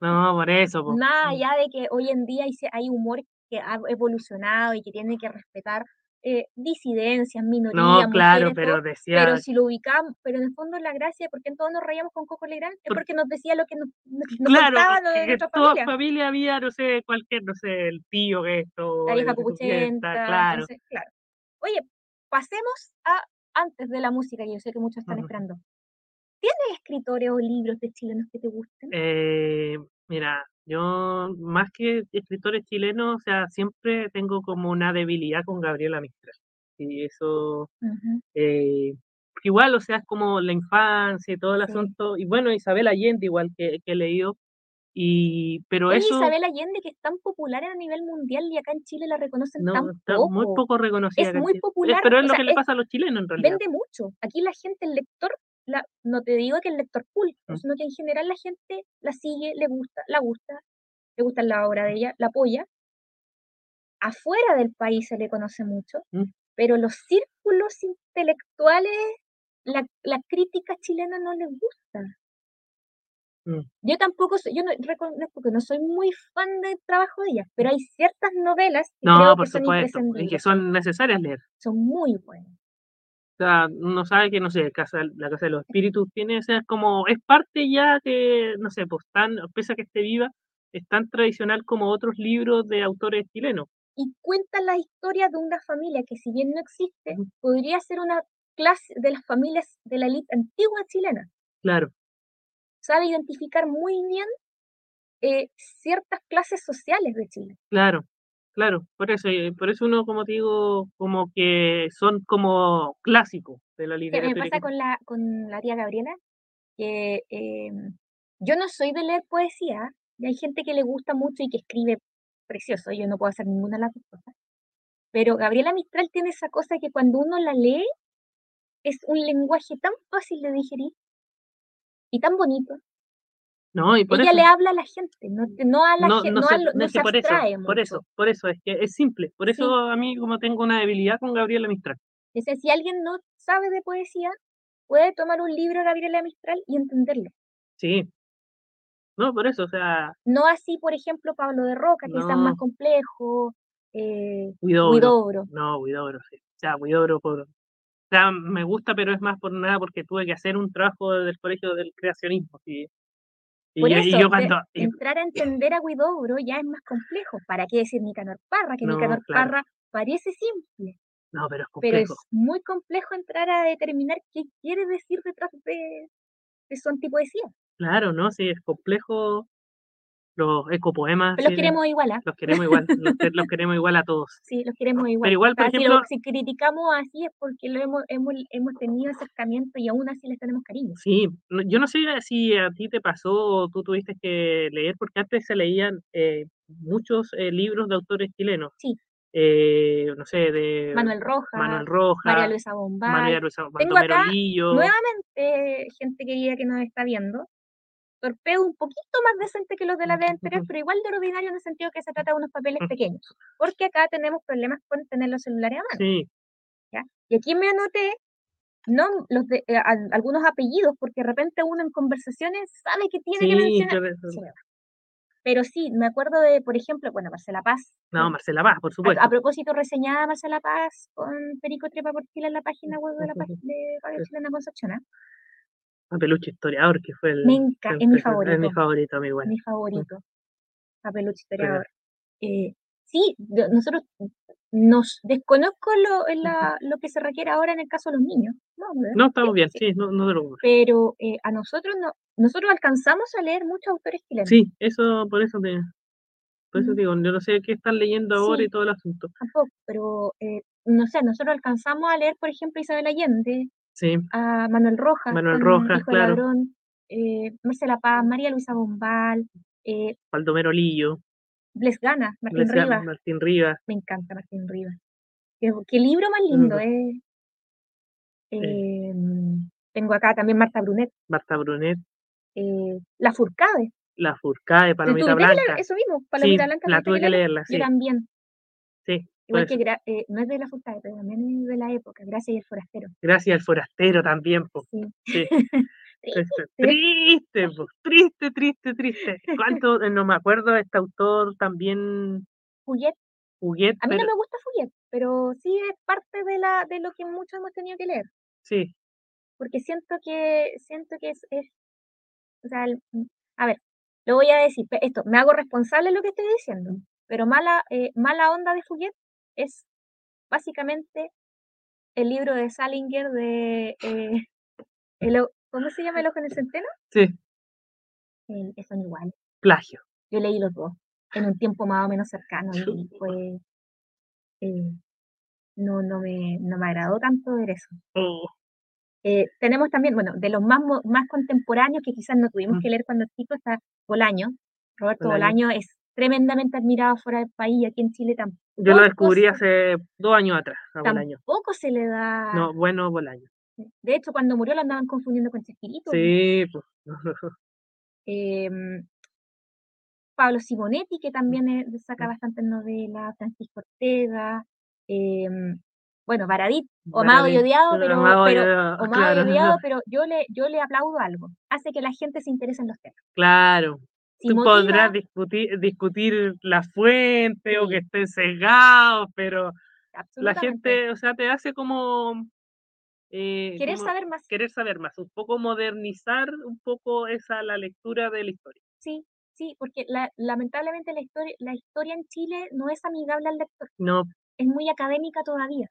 No, por eso. po.
Más
Mm.
allá de que hoy en día hay se- hay humor que ha evolucionado y que tiene que respetar eh, disidencias, minorías,
No, claro,
mujeres, todo,
pero decía...
pero si lo ubicamos, pero en el fondo la gracia, porque en todos nos reíamos con Coco Legrand, es
Por-
porque nos decía lo que nos, nos- nos
Claro,
contaba lo
que
de
en
nuestra
toda
familia,
familia había, no sé, cualquier, no sé, el tío que esto,
la vieja
el
pupuchenta,
claro.
entonces, claro. Oye, pasemos a antes de la música, que yo sé que muchos están
Ujú.
esperando. ¿Tienes escritores o libros de chilenos que te gusten?
Eh, mira, yo más que escritores chilenos, o sea, siempre tengo como una debilidad con Gabriela Mistral. Y eso,
Ujú,
eh, porque igual, o sea, es como la infancia y todo el
sí.
asunto. Y bueno, Isabel Allende igual que, que he leído. Y, pero
Oye,
eso
Isabel Allende, que es tan popular a nivel mundial y acá en Chile la reconocen
no,
tan
está muy poco reconocida.
Es
acá en
muy
Chile. Eh,
popular,
Pero
o
es lo
sea,
que le
es-
pasa a los chilenos en realidad.
Vende mucho. Aquí la gente, el lector, la, no te digo que el lector culto,
Mm.
sino que en general la gente la sigue, le gusta, la gusta, le gusta la obra de
Mm.
ella, la apoya. Afuera del país se le conoce mucho,
Mm.
pero los círculos intelectuales, la, la crítica chilena no les gusta.
Mm.
Yo tampoco soy, yo no, reconozco que no soy muy fan del trabajo de ella, pero hay ciertas novelas que
No,
creo
por
que son
supuesto, y que
imprescindibles,
son necesarias leer.
son muy buenas.
O sea, uno sabe que, no sé, casa, la Casa de los Espíritus tiene, o sea, es como, es parte ya que, no sé, pues tan, pese a que esté viva, es tan tradicional como otros libros de autores chilenos.
y cuenta la historia de una familia que si bien no existe,
Ujú.
podría ser una clase de las familias de la élite antigua chilena.
Claro,
Sabe identificar muy bien eh, ciertas clases sociales de Chile.
claro. Claro, por eso, eh, por eso uno, como te digo, como que son como clásicos de la
Que me
literatura.
pasa con la, con la tía Gabriela, que eh, yo no soy de leer poesía, y hay gente que le gusta mucho y que escribe precioso, yo no puedo hacer ninguna de las dos cosas, pero Gabriela Mistral tiene esa cosa que cuando uno la lee, es un lenguaje tan fácil de digerir y tan bonito.
No, y por
Ella
eso. Mm,
le habla a la gente, no, te- no a la
no,
gen-
no
no
sé,
a lo-
no
no
sé,
se
por eso,
abstrae
por eso, por eso, es que es simple. Por
Sí.
eso a mí como tengo una debilidad con Gabriela Mistral.
O sea, si alguien no sabe de poesía, puede tomar un libro de Gabriela Mistral y entenderlo.
Sí. No, por eso, o sea,
No así, por ejemplo, Pablo de Roca, que es
No.
más complejo, eh,
Huidobro.
Huidobro.
No, Huidobro, sí. O sea, Huidobro por... O sea, me gusta, pero es más por nada porque tuve que hacer un trabajo del colegio del creacionismo. Y, y
Por
yo- y
eso, eh, em,
yo
de-
cuando... y-
entrar a entender a Huidobro ya es más complejo. ¿Para qué decir Nicanor Parra? Que
No,
Nicanor
claro.
Parra parece simple,
no, pero es
pero es
complejo.
muy complejo entrar a determinar qué quiere decir detrás de, de su antipoesía. Pues
Claro, ¿no? Sí, es complejo. Los ecopoemas...
Pero
sí,
los queremos igual, ¿ah?
los queremos igual. los, que- los queremos igual a todos.
Sí, los queremos igual.
Pero igual,
O sea, si,
por
lo-
ejemplo...
si criticamos así es porque lo hemos, hemos, hemos tenido acercamiento y aún así les tenemos cariño.
Sí, no- yo no sé si a ti te pasó o tú tuviste que leer, porque antes se leían eh, muchos eh, libros de autores chilenos.
Sí.
Eh, no sé, de
Manuel Rojas,
Manuel
María
Roja,
Luisa Bombay.
María Luisa
Tengo
Baldomero
acá
Lillo.
Nuevamente, gente querida que nos está viendo, torpeo un poquito más decente que los de la vez anterior, pero igual de ordinario en el sentido que se trata de unos papeles pequeños, porque acá tenemos problemas con tener los celulares a mano.
Sí,
Y aquí me anoté no los de, eh, al- algunos apellidos, porque de repente uno en conversaciones sabe que tiene que
sí,
mencionar.
yo de-
se me va. Pero sí, me acuerdo de, por ejemplo, bueno, Marcela Paz.
no, Marcela Paz, por
A,
supuesto.
a propósito, reseñada Marcela Paz con Perico Trepa Portila en la página web de la pag- de Radio Chilena Concepción. ¿ah?
A Peluche Historiador, que fue el.
Me enca- es
el-
mi
el- Es mi
favorito.
favorito, mi igual.
mi favorito, Papelucho
Pero-
Historiador. Eh, sí, de- nosotros nos desconozco lo, en la- lo que se requiere ahora en el caso de los niños, ¿no? ¿Verdad?
No, estamos
Sí,
bien,
sí.
sí, no, no te preocupes.
pero eh, a nosotros no, nosotros alcanzamos a leer muchos autores chilenos.
Sí, eso, por eso te. Por eso
Mm.
digo, yo no sé qué están leyendo ahora
Sí.
y todo el asunto.
Tampoco, pero eh, no sé, nosotros alcanzamos a leer, por ejemplo, Isabel Allende,
Sí,
a Manuel Rojas,
Manuel
con
Rojas,
Hijo de
claro.
Ladrón, eh, Marcela Paz, María Luisa Bombal, eh,
Baldomero Lillo,
Les Gana, Martín
Marcela-
Rivas.
Martín Rivas.
Me encanta Martín Rivas. Qué, bu- qué libro más lindo,
Mm.
¿eh? Em, tengo acá también Marta Brunet,
Marta Brunet,
eh, La Furcade.
La Furcada de Palomita
tuviste que leer
Blanca.
Eso mismo,
sí,
Palomita Blanca.
la
tuviste
tuve que
leerla?
leerla,
Yo
sí.
también.
sí. por
Igual que
eso.
Gra- eh, no es de La Furcade, pero también es de la época, Gracias y el Forastero.
Gracias al forastero también, po.
Sí.
Sí. Este,
Triste.
Triste, po, triste, triste, triste. ¿Cuánto? eh, No me acuerdo de este autor también,
Fouillet.
Huguet,
A mí
pero-
no me gusta Fouillet, pero sí es parte de, la, de lo que muchos hemos tenido que leer.
sí,
porque siento que siento que es, es- o sea, el- mm, a ver, lo voy a decir, pe- esto, me hago responsable de lo que estoy diciendo, pero mala eh, mala onda de Fouquet es básicamente el libro de Salinger de eh, el o- ¿cómo se llama el ojo en el centeno?
sí,
Eh, que son igual.
plagio.
Yo leí los dos en un tiempo más o menos cercano y
Chuta.
fue eh, no no me no me agradó tanto ver eso.
Oh,
Eh, tenemos también, bueno, de los más, mo- más contemporáneos que quizás no tuvimos
Mm.
que leer cuando chico está Bolaño. Roberto
Bolaño.
Bolaño es tremendamente admirado fuera del país y aquí en Chile tampoco,
yo lo
Dos
descubrí
cosas.
hace dos años atrás, a Bolaño.
tampoco se le da.
No, bueno, Bolaño.
De hecho, cuando murió lo andaban confundiendo con Chespirito.
Sí, pues.
Em, Pablo Simonetti,
Mm.
que también es- saca bastantes novelas, Francisco Ortega, em, bueno, Baradit, amado y
Baradit,
odiado, pero,
Ah, amado y
pero-
odiado,
amado y
claro,
odiado, pero yo le, yo le aplaudo algo. Hace que la gente se interese en los temas.
claro.
Si
Tú
motiva-
podrás discutir, discutir la fuente o
Sí.
que estén sesgados, pero la
absolutamente.
gente, o sea, te hace como... eh,
Querer
como-
saber más,
querer saber más, un poco modernizar un poco esa la lectura de la historia.
sí, sí, porque la- lamentablemente la historia, la historia en Chile no es amigable al lector,
No,
es muy académica todavía.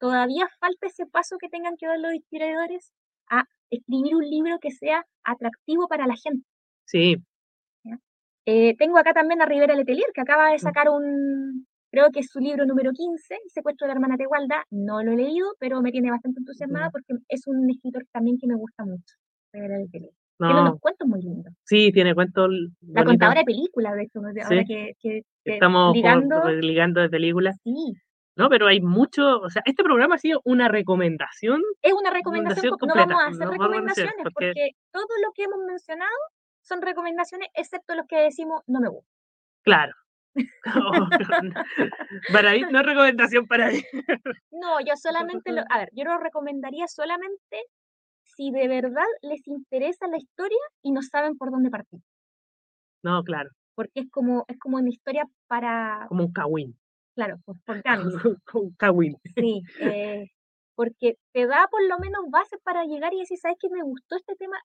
Todavía falta ese paso que tengan que dar los historiadores a escribir un libro que sea atractivo para la gente.
sí,
Eh, tengo acá también a Rivera Letelier, que acaba de sacar un, creo que es su libro número 15, Secuestro de la Hermana de Igualdad. No lo he leído, pero me tiene bastante entusiasmada porque es un escritor también que me gusta mucho, Rivera Letelier. Tiene unos
No,
cuentos muy lindos.
sí, tiene cuentos
La
bonitos.
contadora de películas, de hecho, ahora
Sí.
que, que- que
Estamos por-
ligando,
ligando de películas.
sí.
No, pero hay mucho, o sea, este programa ha sido una recomendación
Es una recomendación,
Recomendación
co- no vamos a
completa,
hacer
no vamos a hacer,
recomendaciones porque...
porque-
todo lo que hemos mencionado son recomendaciones, excepto los que decimos no me gusta.
Claro. Oh, para mí, no es recomendación para mí.
No, yo solamente lo, a ver, yo lo recomendaría solamente si de verdad les interesa la historia y no saben por dónde partir,
No, claro,
porque es como es como una historia para,
como un cagüín.
claro, por, por dummies,
Como un cagüín.
sí, eh, porque te da por lo menos bases para llegar y decir, ¿sabes qué? Me gustó este tema,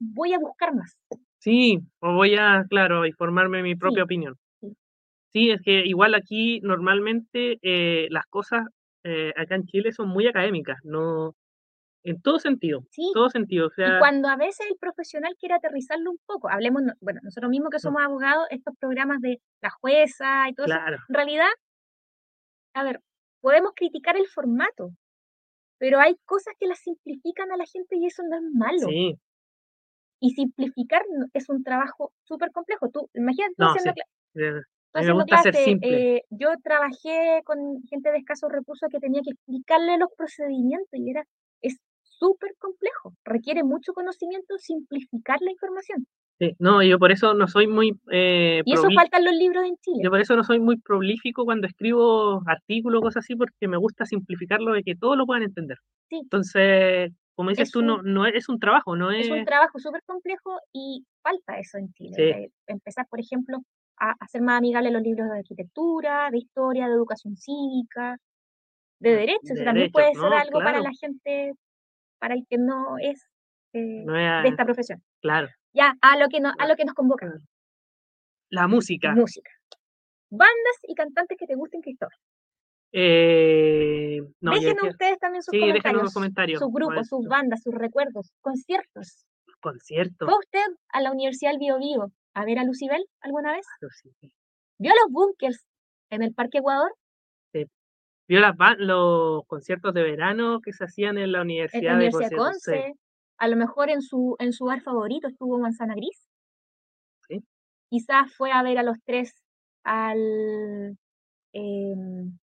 voy a buscar más.
Sí, o voy a, claro, informarme mi propia
Sí,
opinión.
sí.
Sí, es que igual aquí normalmente eh, las cosas eh, acá en Chile son muy académicas, no, en todo sentido,
Sí,
todo sentido, o
Y
sea,
cuando a veces el profesional quiere aterrizarlo un poco, hablemos, no- bueno, nosotros mismos
Mm.
que somos abogados, estos programas de la jueza y todo eso,
claro,
en realidad, a ver, podemos criticar el formato, pero hay cosas que las simplifican a la gente y eso no es malo.
sí,
Y simplificar no- es un trabajo súper complejo. Tú, imagínate tú
No,
haciendo
sí. eh,
tú
A mí me
haciendo
gusta ser
clase,
simple.
eh, yo trabajé con gente de escasos recursos que tenía que explicarle los procedimientos y era, es súper complejo, requiere mucho conocimiento simplificar la información.
sí. No, yo por eso no soy muy eh,
Y eso
provi-
faltan los libros en Chile.
Yo por eso no soy muy prolífico cuando escribo artículos o cosas así, porque me gusta simplificarlo de que todos lo puedan entender.
Sí.
Entonces, como dices
Es
tú, no, no es, es un trabajo, no es.
Es un trabajo súper complejo y falta eso en Chile.
Sí.
de empezar, por ejemplo, a hacer más amigables los libros de arquitectura, de historia, de educación cívica, de derecho. Eso
de
también
derechos,
puede ser
Ah, no,
algo para
claro.
la gente, para el que no es eh,
no es-
de esta profesión.
claro.
Ya, a lo que, no, a
Claro.
lo que nos convoca.
La música.
Música. Bandas y cantantes que te gusten, Cristóbal.
eh, no, yo
Déjenos
decía
ustedes también sus
sí, déjenos los
comentarios,
comentarios,
sus grupos,
pues,
sus
su-
bandas, sus recuerdos, conciertos.
conciertos.
¿Fue usted a la Universidad del Bio Bio a ver a Lucibel alguna vez?
no sé.
¿Vio los bunkers en el Parque Ecuador?
Vio las ban- los conciertos de verano que se hacían en la
En la
Universidad de
Universidad de
Conce, sí.
Conce. A lo mejor en su, en su bar favorito estuvo Manzana Gris.
Sí.
Quizás fue a ver a los tres al... em,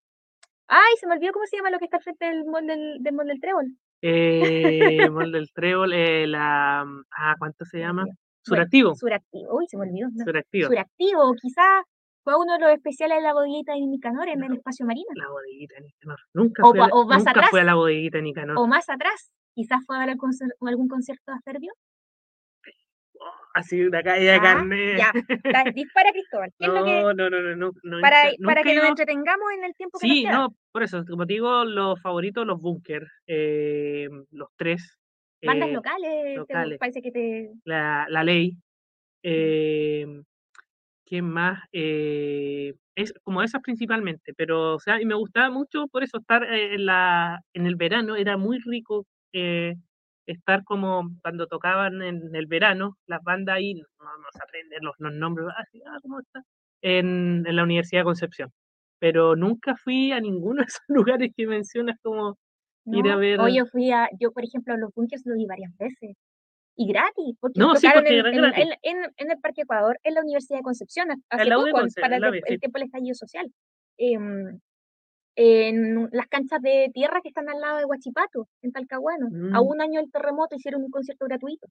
ay, se me olvidó cómo se llama lo que está al frente del Mall del, del, mall del Trébol.
Eh, Mall del Trébol, eh, la. Ah, ¿cuánto se
Se me
llama?
olvidó. Bueno,
Suractivo.
Suractivo. Uy, se me olvidó. no.
Suractivo.
Suractivo, quizás fue uno de los especiales de la bodeguita de Nicanor en el Espacio Marina.
La bodeguita de Nicanor. Nunca,
O
fui, a
cua-
la,
o vas
nunca fui a
atrás.
la bodeguita de Nicanor.
O más atrás, quizás fue a ver al concer- o algún concierto de Afervio.
Así, de acá y de
Ah,
carne.
Ya, da- dispara Cristóbal. ¿Qué es lo que,
No, no, no, no, no, no,
para,
nunca-
para que
nunca
nos
he ido-
entretengamos en el tiempo que
Sí,
nos queda?
no, por eso, como te digo, los favoritos, los bunkers, eh, los tres,
Bandas
eh,
locales, Te,
locales.
parece que te...
la, la ley, eh, ¿quién más? Eh, es como esas principalmente, pero, o sea, y me gustaba mucho por eso estar eh, en, la, en el verano, era muy rico eh, estar como cuando tocaban en el verano, las bandas ahí, no vamos a aprender los, los nombres, así, ah, ¿cómo está? En, en la Universidad de Concepción. Pero nunca fui a ninguno de esos lugares que mencionas como Ir a
¿no?
ver-
O yo fui a, yo por ejemplo, a los bunkers lo vi varias veces. Y gratis, porque
No, sí,
tocaron
porque
en,
eran
en-
gratis.
en- en- en el Parque Ecuador, en la Universidad de Concepción, ha- hace
la U de
poco, al-
Conce,
para
en
el,
la
tiemp-
B,
el
sí.
tiempo del estallido social. Em, en las canchas de tierra que están al lado de Huachipato, en Talcahuano. A
Mm.
un año del terremoto hicieron un concierto gratuito.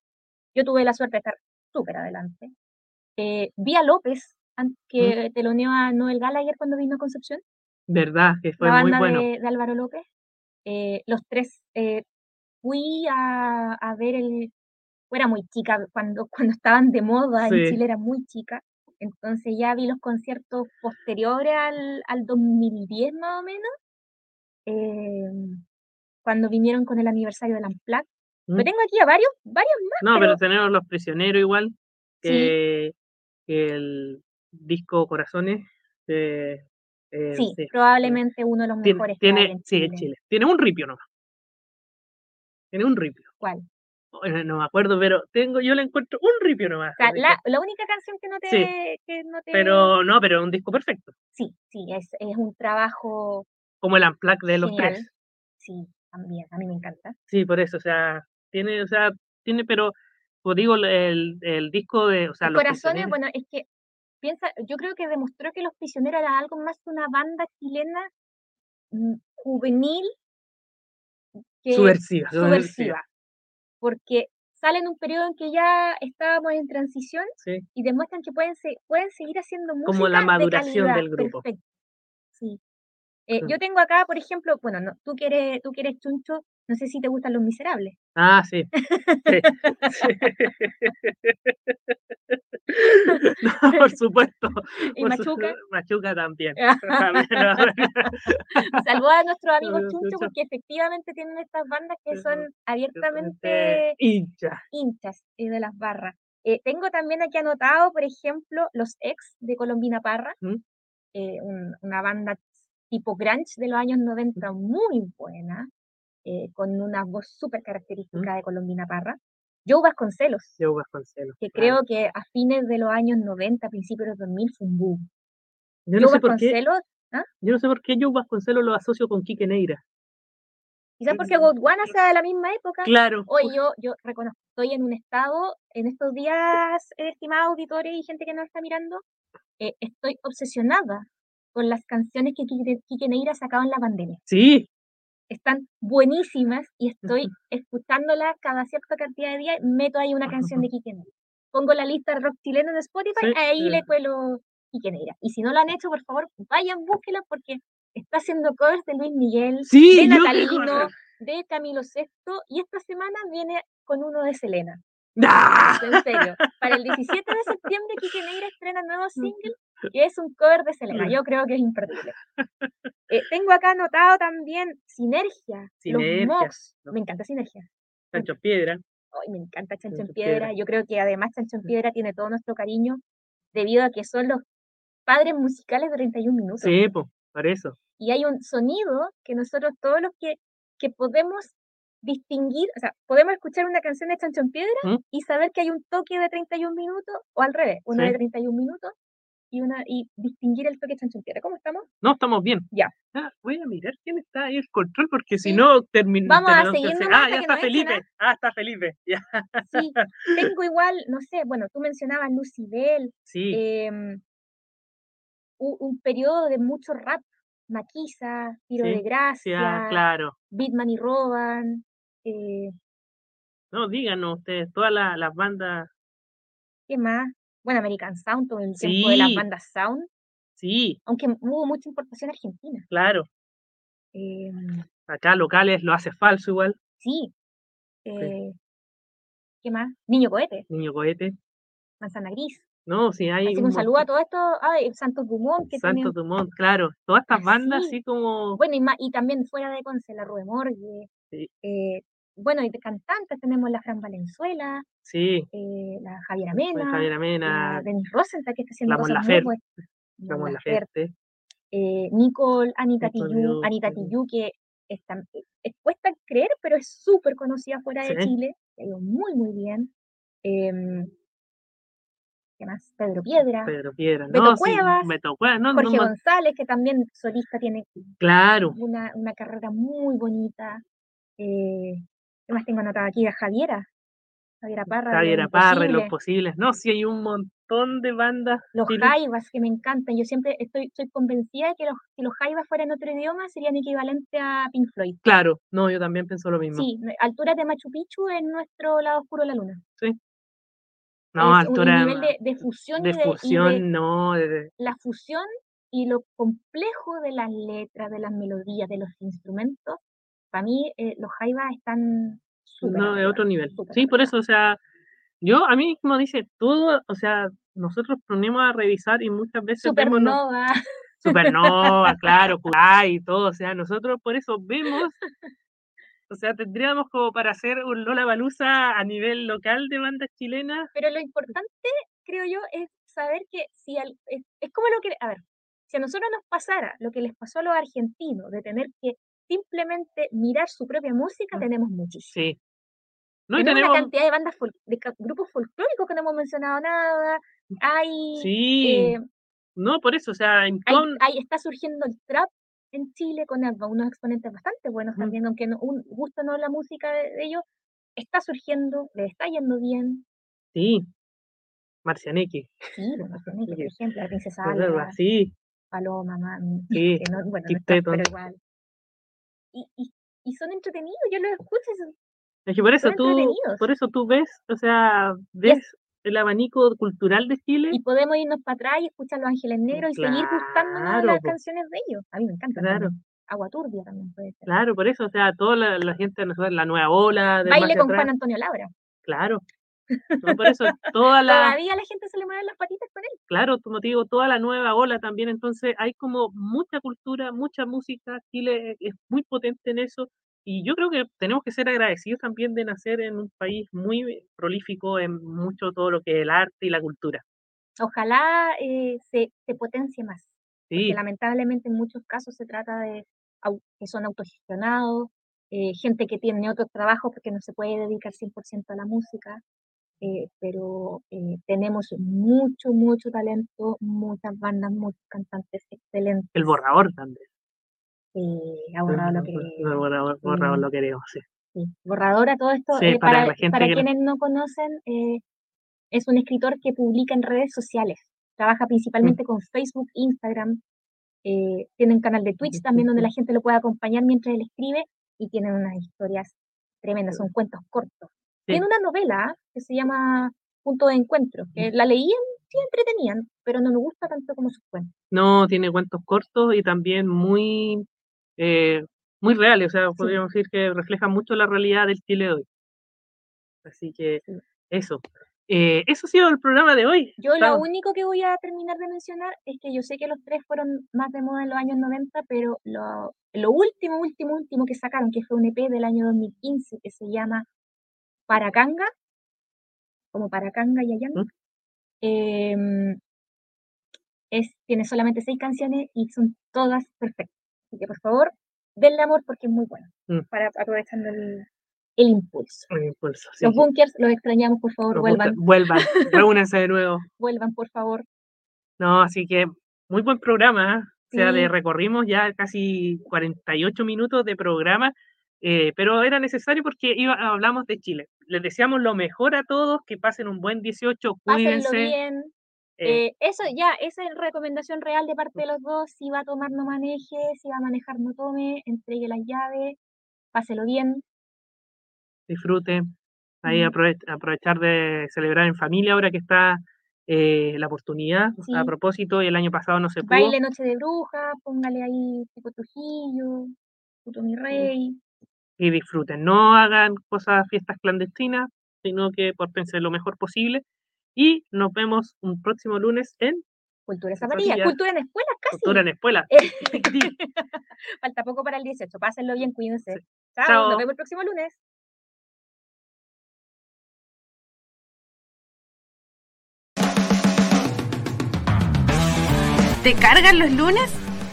Yo tuve la suerte de estar súper adelante. Eh, vi a López,
Mm.
an- que teloneó a Noel Gallagher cuando vino a Concepción,
¿verdad? Que fue
la
muy
banda
bueno.
de, de Álvaro López. Eh, los tres, eh, fui a, a ver el... yo Era muy chica, cuando, cuando estaban de moda en
Sí.
Chile era muy chica. Entonces ya vi los conciertos posteriores al, al 2010 más o menos, eh, cuando vinieron con el aniversario del Amplac. Lo
Mm.
tengo aquí a varios, varios más.
No,
pero-
pero tenemos Los Prisioneros igual,
Sí.
que, que el disco Corazones. eh, eh,
Sí,
sí,
probablemente uno de los
Tien-
mejores que hay
tiene,
en
sí, en Chile. Tiene un ripio nomás. Tiene un ripio.
¿Cuál?
Bueno, no me acuerdo, pero tengo, yo le encuentro un ripio nomás.
O sea, la, la única canción que no te...
Sí,
que no te...
Pero no, pero es un disco perfecto.
Sí, sí, es, es un trabajo
Como el Unplugged de los
genial.
tres.
Sí, también, a mí me encanta.
Sí, por eso, o sea, tiene, o sea, tiene, pero, como digo, el, el disco de, o sea, los
Corazones,
Prisioneros,
bueno, es que piensa, yo creo que demostró que Los Prisioneros era algo más que una banda chilena mm, juvenil que
subversiva,
subversiva. Porque sale en un periodo en que ya estábamos en transición
Sí,
y demuestran que pueden, se- pueden seguir haciendo música
Como la
de
maduración
calidad,
del grupo.
perfecto. Sí. Eh,
Mm.
Yo tengo acá, por ejemplo, bueno, no, tú que eres, tú que eres chuncho, no sé si te gustan Los Miserables.
ah, sí. sí, sí. No, por supuesto.
Y
por
Machuca.
supuesto, Machuca también.
Saludar a nuestros amigos
Saludos,
chunchos
Chucho.
porque efectivamente tienen estas bandas que
Ujú.
son
Totalmente
abiertamente
hincha.
hinchas eh, de las barras. Eh, tengo también aquí anotado, por ejemplo, los ex de Colombina Parra,
Ujú.
eh, un- una banda tipo grunge de los años 90 muy buena, eh, con una voz súper característica de Colombina Parra. Joe Vasconcelos,
Diego Vasconcelos.
que
claro.
creo que a fines de los años 90, principios de los 2000 fue un boom.
Yo no,
Joe
sé por qué,
Vasconcelos,
yo no sé por qué yo Vasconcelos lo asocio con Quique Neira.
quizás porque
Mm,
Gondwana sea de la misma época,
Claro.
Hoy yo, yo reconozco, estoy en un estado, en estos días, eh, estimados auditores y gente que nos está mirando, eh, estoy obsesionada con las canciones que Quique Quique Neira sacaba en la pandemia.
Sí,
Están buenísimas y estoy escuchándolas cada cierta cantidad de días. Meto ahí una canción de Quique Neira. Pongo la lista de rock chileno en Spotify,
Sí,
ahí
eh.
le cuelo Quique Neira. Y si no lo han hecho, por favor, vayan, búsquenla porque está haciendo covers de Luis Miguel,
sí,
de
yo
Natalino, de Camilo Sexto y esta semana viene con uno de Selena.
¡Ah!
En serio, para el 17 de septiembre Quique Neira estrena nuevo single que es un cover de
Mm.
Selena. Yo creo que es imperdible. Eh, tengo acá anotado también Sinergia,
Sinergia,
los Mox.
los
Me encanta Sinergia.
Sancho Piedra.
Ay, me encanta Chancho en
Chancho en Piedra.
Piedra. Yo creo que además Chancho
Mm.
en Piedra tiene todo nuestro cariño debido a que son los padres musicales de 31 minutos.
Sí, pues, por eso.
Y hay un sonido que nosotros todos los que, que podemos distinguir, o sea, podemos escuchar una canción de Chancho en Piedra
¿Mm?
y saber que hay un toque de 31 minutos, o al revés, una
Sí.
de 31 minutos y, una, y distinguir el toque de Chancho en Piedra. ¿Cómo estamos?
No, estamos bien.
Ya.
Ah, voy a mirar quién está ahí el control, porque si
Sí.
no terminamos.
Vamos a seguir nomás
Ah,
hasta
ya
que
está
nos echen,
Felipe. Ah, está Felipe. Ya.
Sí, tengo igual, no sé, bueno, tú mencionabas Lucibel,
Sí,
em, u- un periodo de mucho rap, Maquisa, Tiro
Sí,
de
sí,
Gracia,
ah, claro.
Bitman y Roban, eh,
No, díganos ustedes, todas la- las bandas.
¿qué más? Bueno, American Sound, todo el tiempo de las
Sí.
bandas Sound,
Sí,
aunque hubo mucha importación argentina.
claro.
em,
Acá locales lo hace falso igual.
sí, eh, ¿qué más? Niño Cohete,
Niño cohete.
Manzana Gris.
No, sí, hay
Así que
un
un saludo a
montón.
todos estos, ah, eh, Santos Dumont, que también,
Santo Dumont, claro. Todas estas bandas
Así.
así como.
bueno, y, ma- y también fuera de Conce, la Rue Morgue,
Sí.
eh, bueno, y de cantantes tenemos la Fran Valenzuela,
Sí,
eh, la Javiera
pues,
Mena,
Javiera Mena,
la Denis Rosenthal, que está haciendo
la Mon
cosas muy
Laferte,
buenas. Mon
Ramón
Laferte,
Laferte.
eh, Nicole, Anita
Nicole
Tijoux, Anita
Nicole.
Tijoux, que es tan- eh, eh, cuesta creer, pero es súper conocida fuera de
Sí.
Chile, le ha ido muy, muy bien. Em, ¿Qué más? Pedro Piedra,
Pedro Piedra.
Beto
No, sí,
Cuevas,
Beto Cuevas, no, no,
Jorge
no,
González, que también solista tiene
Claro.
una, una carrera muy bonita. Eh, ¿Qué más tengo anotado aquí? A Javiera, Javiera Parra, de
Javier Aparra y los
Imposible,
posibles. No, sí hay un montón de bandas.
los
chile-
Jaivas, que me encantan. Yo siempre estoy, soy convencida de que los, si los Jaivas fueran otro idioma serían equivalente a Pink Floyd.
Claro, no, yo también pienso lo mismo.
Sí, no- alturas de Machu Picchu en nuestro lado oscuro de la luna.
no,
es un
altura
nivel de, de fusión,
de
y, de, y de
fusión, no. de- de-
la fusión y lo complejo de las letras, de las melodías, de los instrumentos. Para mí, eh, los jaivas están súper
pues, no, de
arriba,
otro nivel.
súper
Sí, por
arriba.
eso, o sea, yo a mí como dice todo, o sea, nosotros ponemos a revisar y muchas veces vemos no-
Supernova,
Supernova, claro, Kudai y todo, o sea, nosotros por eso vemos, o sea, tendríamos como para hacer un Lola Baluza a nivel local de bandas chilenas,
pero lo importante, creo yo, es saber que si al- es, es como lo que, a ver, si a nosotros nos pasara lo que les pasó a los argentinos de tener que simplemente mirar su propia música,
Mm.
tenemos muchísimo.
sí, No, y
tenemos,
tenemos.
una cantidad de bandas, fol- de ca- grupos folclóricos que no hemos mencionado nada. Hay,
Sí.
eh,
No, por eso, o sea, en
hay-
con-
hay- está surgiendo el trap en Chile con algunos exponentes bastante buenos
Ujú.
también, aunque no, un, gusto no la música de, de ellos. Está surgiendo, le está yendo bien.
Sí. Marcianeque.
Sí, bueno, tiene que, por
Sí.
ejemplo, la princesa
reserva,
Alba,
Sí,
Paloma, Mami,
Sí,
que no- bueno, no es trap,
Quinteto.
pero igual. Y, y, y son entretenidos, yo los escucho, y son-
Es que por eso
son
tú,
entretenidos.
por eso tú ves, o sea, ves el abanico cultural de Chile.
y podemos irnos para atrás y escuchar Los Ángeles Negros y seguir gustándonos
Mm, Claro,
las
po.
canciones de ellos. A mí me encantan.
Claro,
también. Agua Turbia también puede ser.
claro, por eso, o sea, toda la, la gente, no sé, la nueva ola, de más
Baile
de
con
atrás,
Juan Antonio Labra.
claro. No, por eso, toda la,
Todavía la gente se le mueven las patitas con él.
claro, como te digo, toda la nueva ola también, entonces hay como mucha cultura, mucha música, Chile es muy potente en eso, y yo creo que tenemos que ser agradecidos también de nacer en un país muy prolífico en mucho todo lo que es el arte y la cultura.
Ojalá eh, se, se potencie más.
Sí,
Que lamentablemente en muchos casos se trata de au- que son autogestionados, eh, gente que tiene otro trabajo porque no se puede dedicar 100% a la música. eh, pero eh, tenemos mucho, mucho talento, muchas bandas, muchos cantantes excelentes.
el borrador también.
Eh, ha borrado lo que.
Borra- borra- borra
mm.
lo queremos, sí.
sí. Borradora, todo esto.
Sí,
eh,
para
para
la gente
para
que no-
quienes no conocen, eh, es un escritor que publica en redes sociales.
Mm.
Trabaja principalmente con Facebook, Instagram. eh, tiene un canal de Twitch también donde la gente lo puede acompañar mientras él escribe. Y tienen unas historias tremendas, son cuentos cortos.
Sí.
Tiene una novela que se llama Punto de Encuentro, que la leí, en- sí entretenían, pero no me gusta tanto como sus cuentos.
No, tiene cuentos cortos y también muy, eh, muy reales, o sea, podríamos decir que refleja mucho la realidad del Chile de hoy. Así que
Sí.
eso. Eh, eso ha sido el programa de hoy.
Yo lo
Estamos-
único que voy a terminar de mencionar es que yo sé que los tres fueron más de moda en los años 90, pero lo, lo último, último, último que sacaron, que fue un EP del año 2015, que se llama Paracanga, como Paracanga y Ayanga,
¿Mm?
em, es, tiene solamente seis canciones y son todas perfectas. Así que por favor, denle amor porque es muy bueno,
Mm.
para aprovechando el, el impulso.
Un impulso, sí.
Los
pues.
bunkers los extrañamos, por favor,
Los
vuelvan,
bunkers, Vuelvan, reúnanse de nuevo.
vuelvan, por favor.
No, así que muy buen programa. ¿eh? O sea,
Sí.
le recorrimos ya casi 48 minutos de programa, eh, pero era necesario porque iba, hablamos de Chile. Les deseamos lo mejor a todos, que pasen un buen 18,
Pásenlo
cuídense.
bien.
eh,
Eh, eso ya, esa es recomendación real de parte de los dos. Si va a tomar, no maneje. Si va a manejar, no tome. Entregue las llaves. Páselo bien.
disfruten. Ahí
Ujú.
aprove- aprovechar de celebrar en familia ahora que está eh, la oportunidad.
Sí.
A propósito, y el año pasado no se pudo.
Baile Noche de Bruja. Póngale ahí tipo Trujillo, puto mi rey.
y disfruten. No hagan cosas, fiestas clandestinas, sino que pórtense lo mejor posible. Y nos vemos un próximo lunes en
Cultura zapatilla.
Zapatilla.
Cultura en escuelas casi.
Cultura en Escuela.
Eh.
Tic, tic, tic.
Falta poco para el 18. Pásenlo bien, cuídense.
Sí.
Chao, nos
Chao.
vemos el próximo lunes.
¿Te cargan los lunes?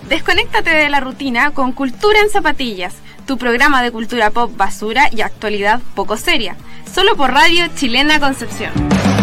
Desconéctate de la rutina con Cultura en Zapatillas, tu programa de cultura pop basura y actualidad poco seria, solo por Radio Chilena Concepción.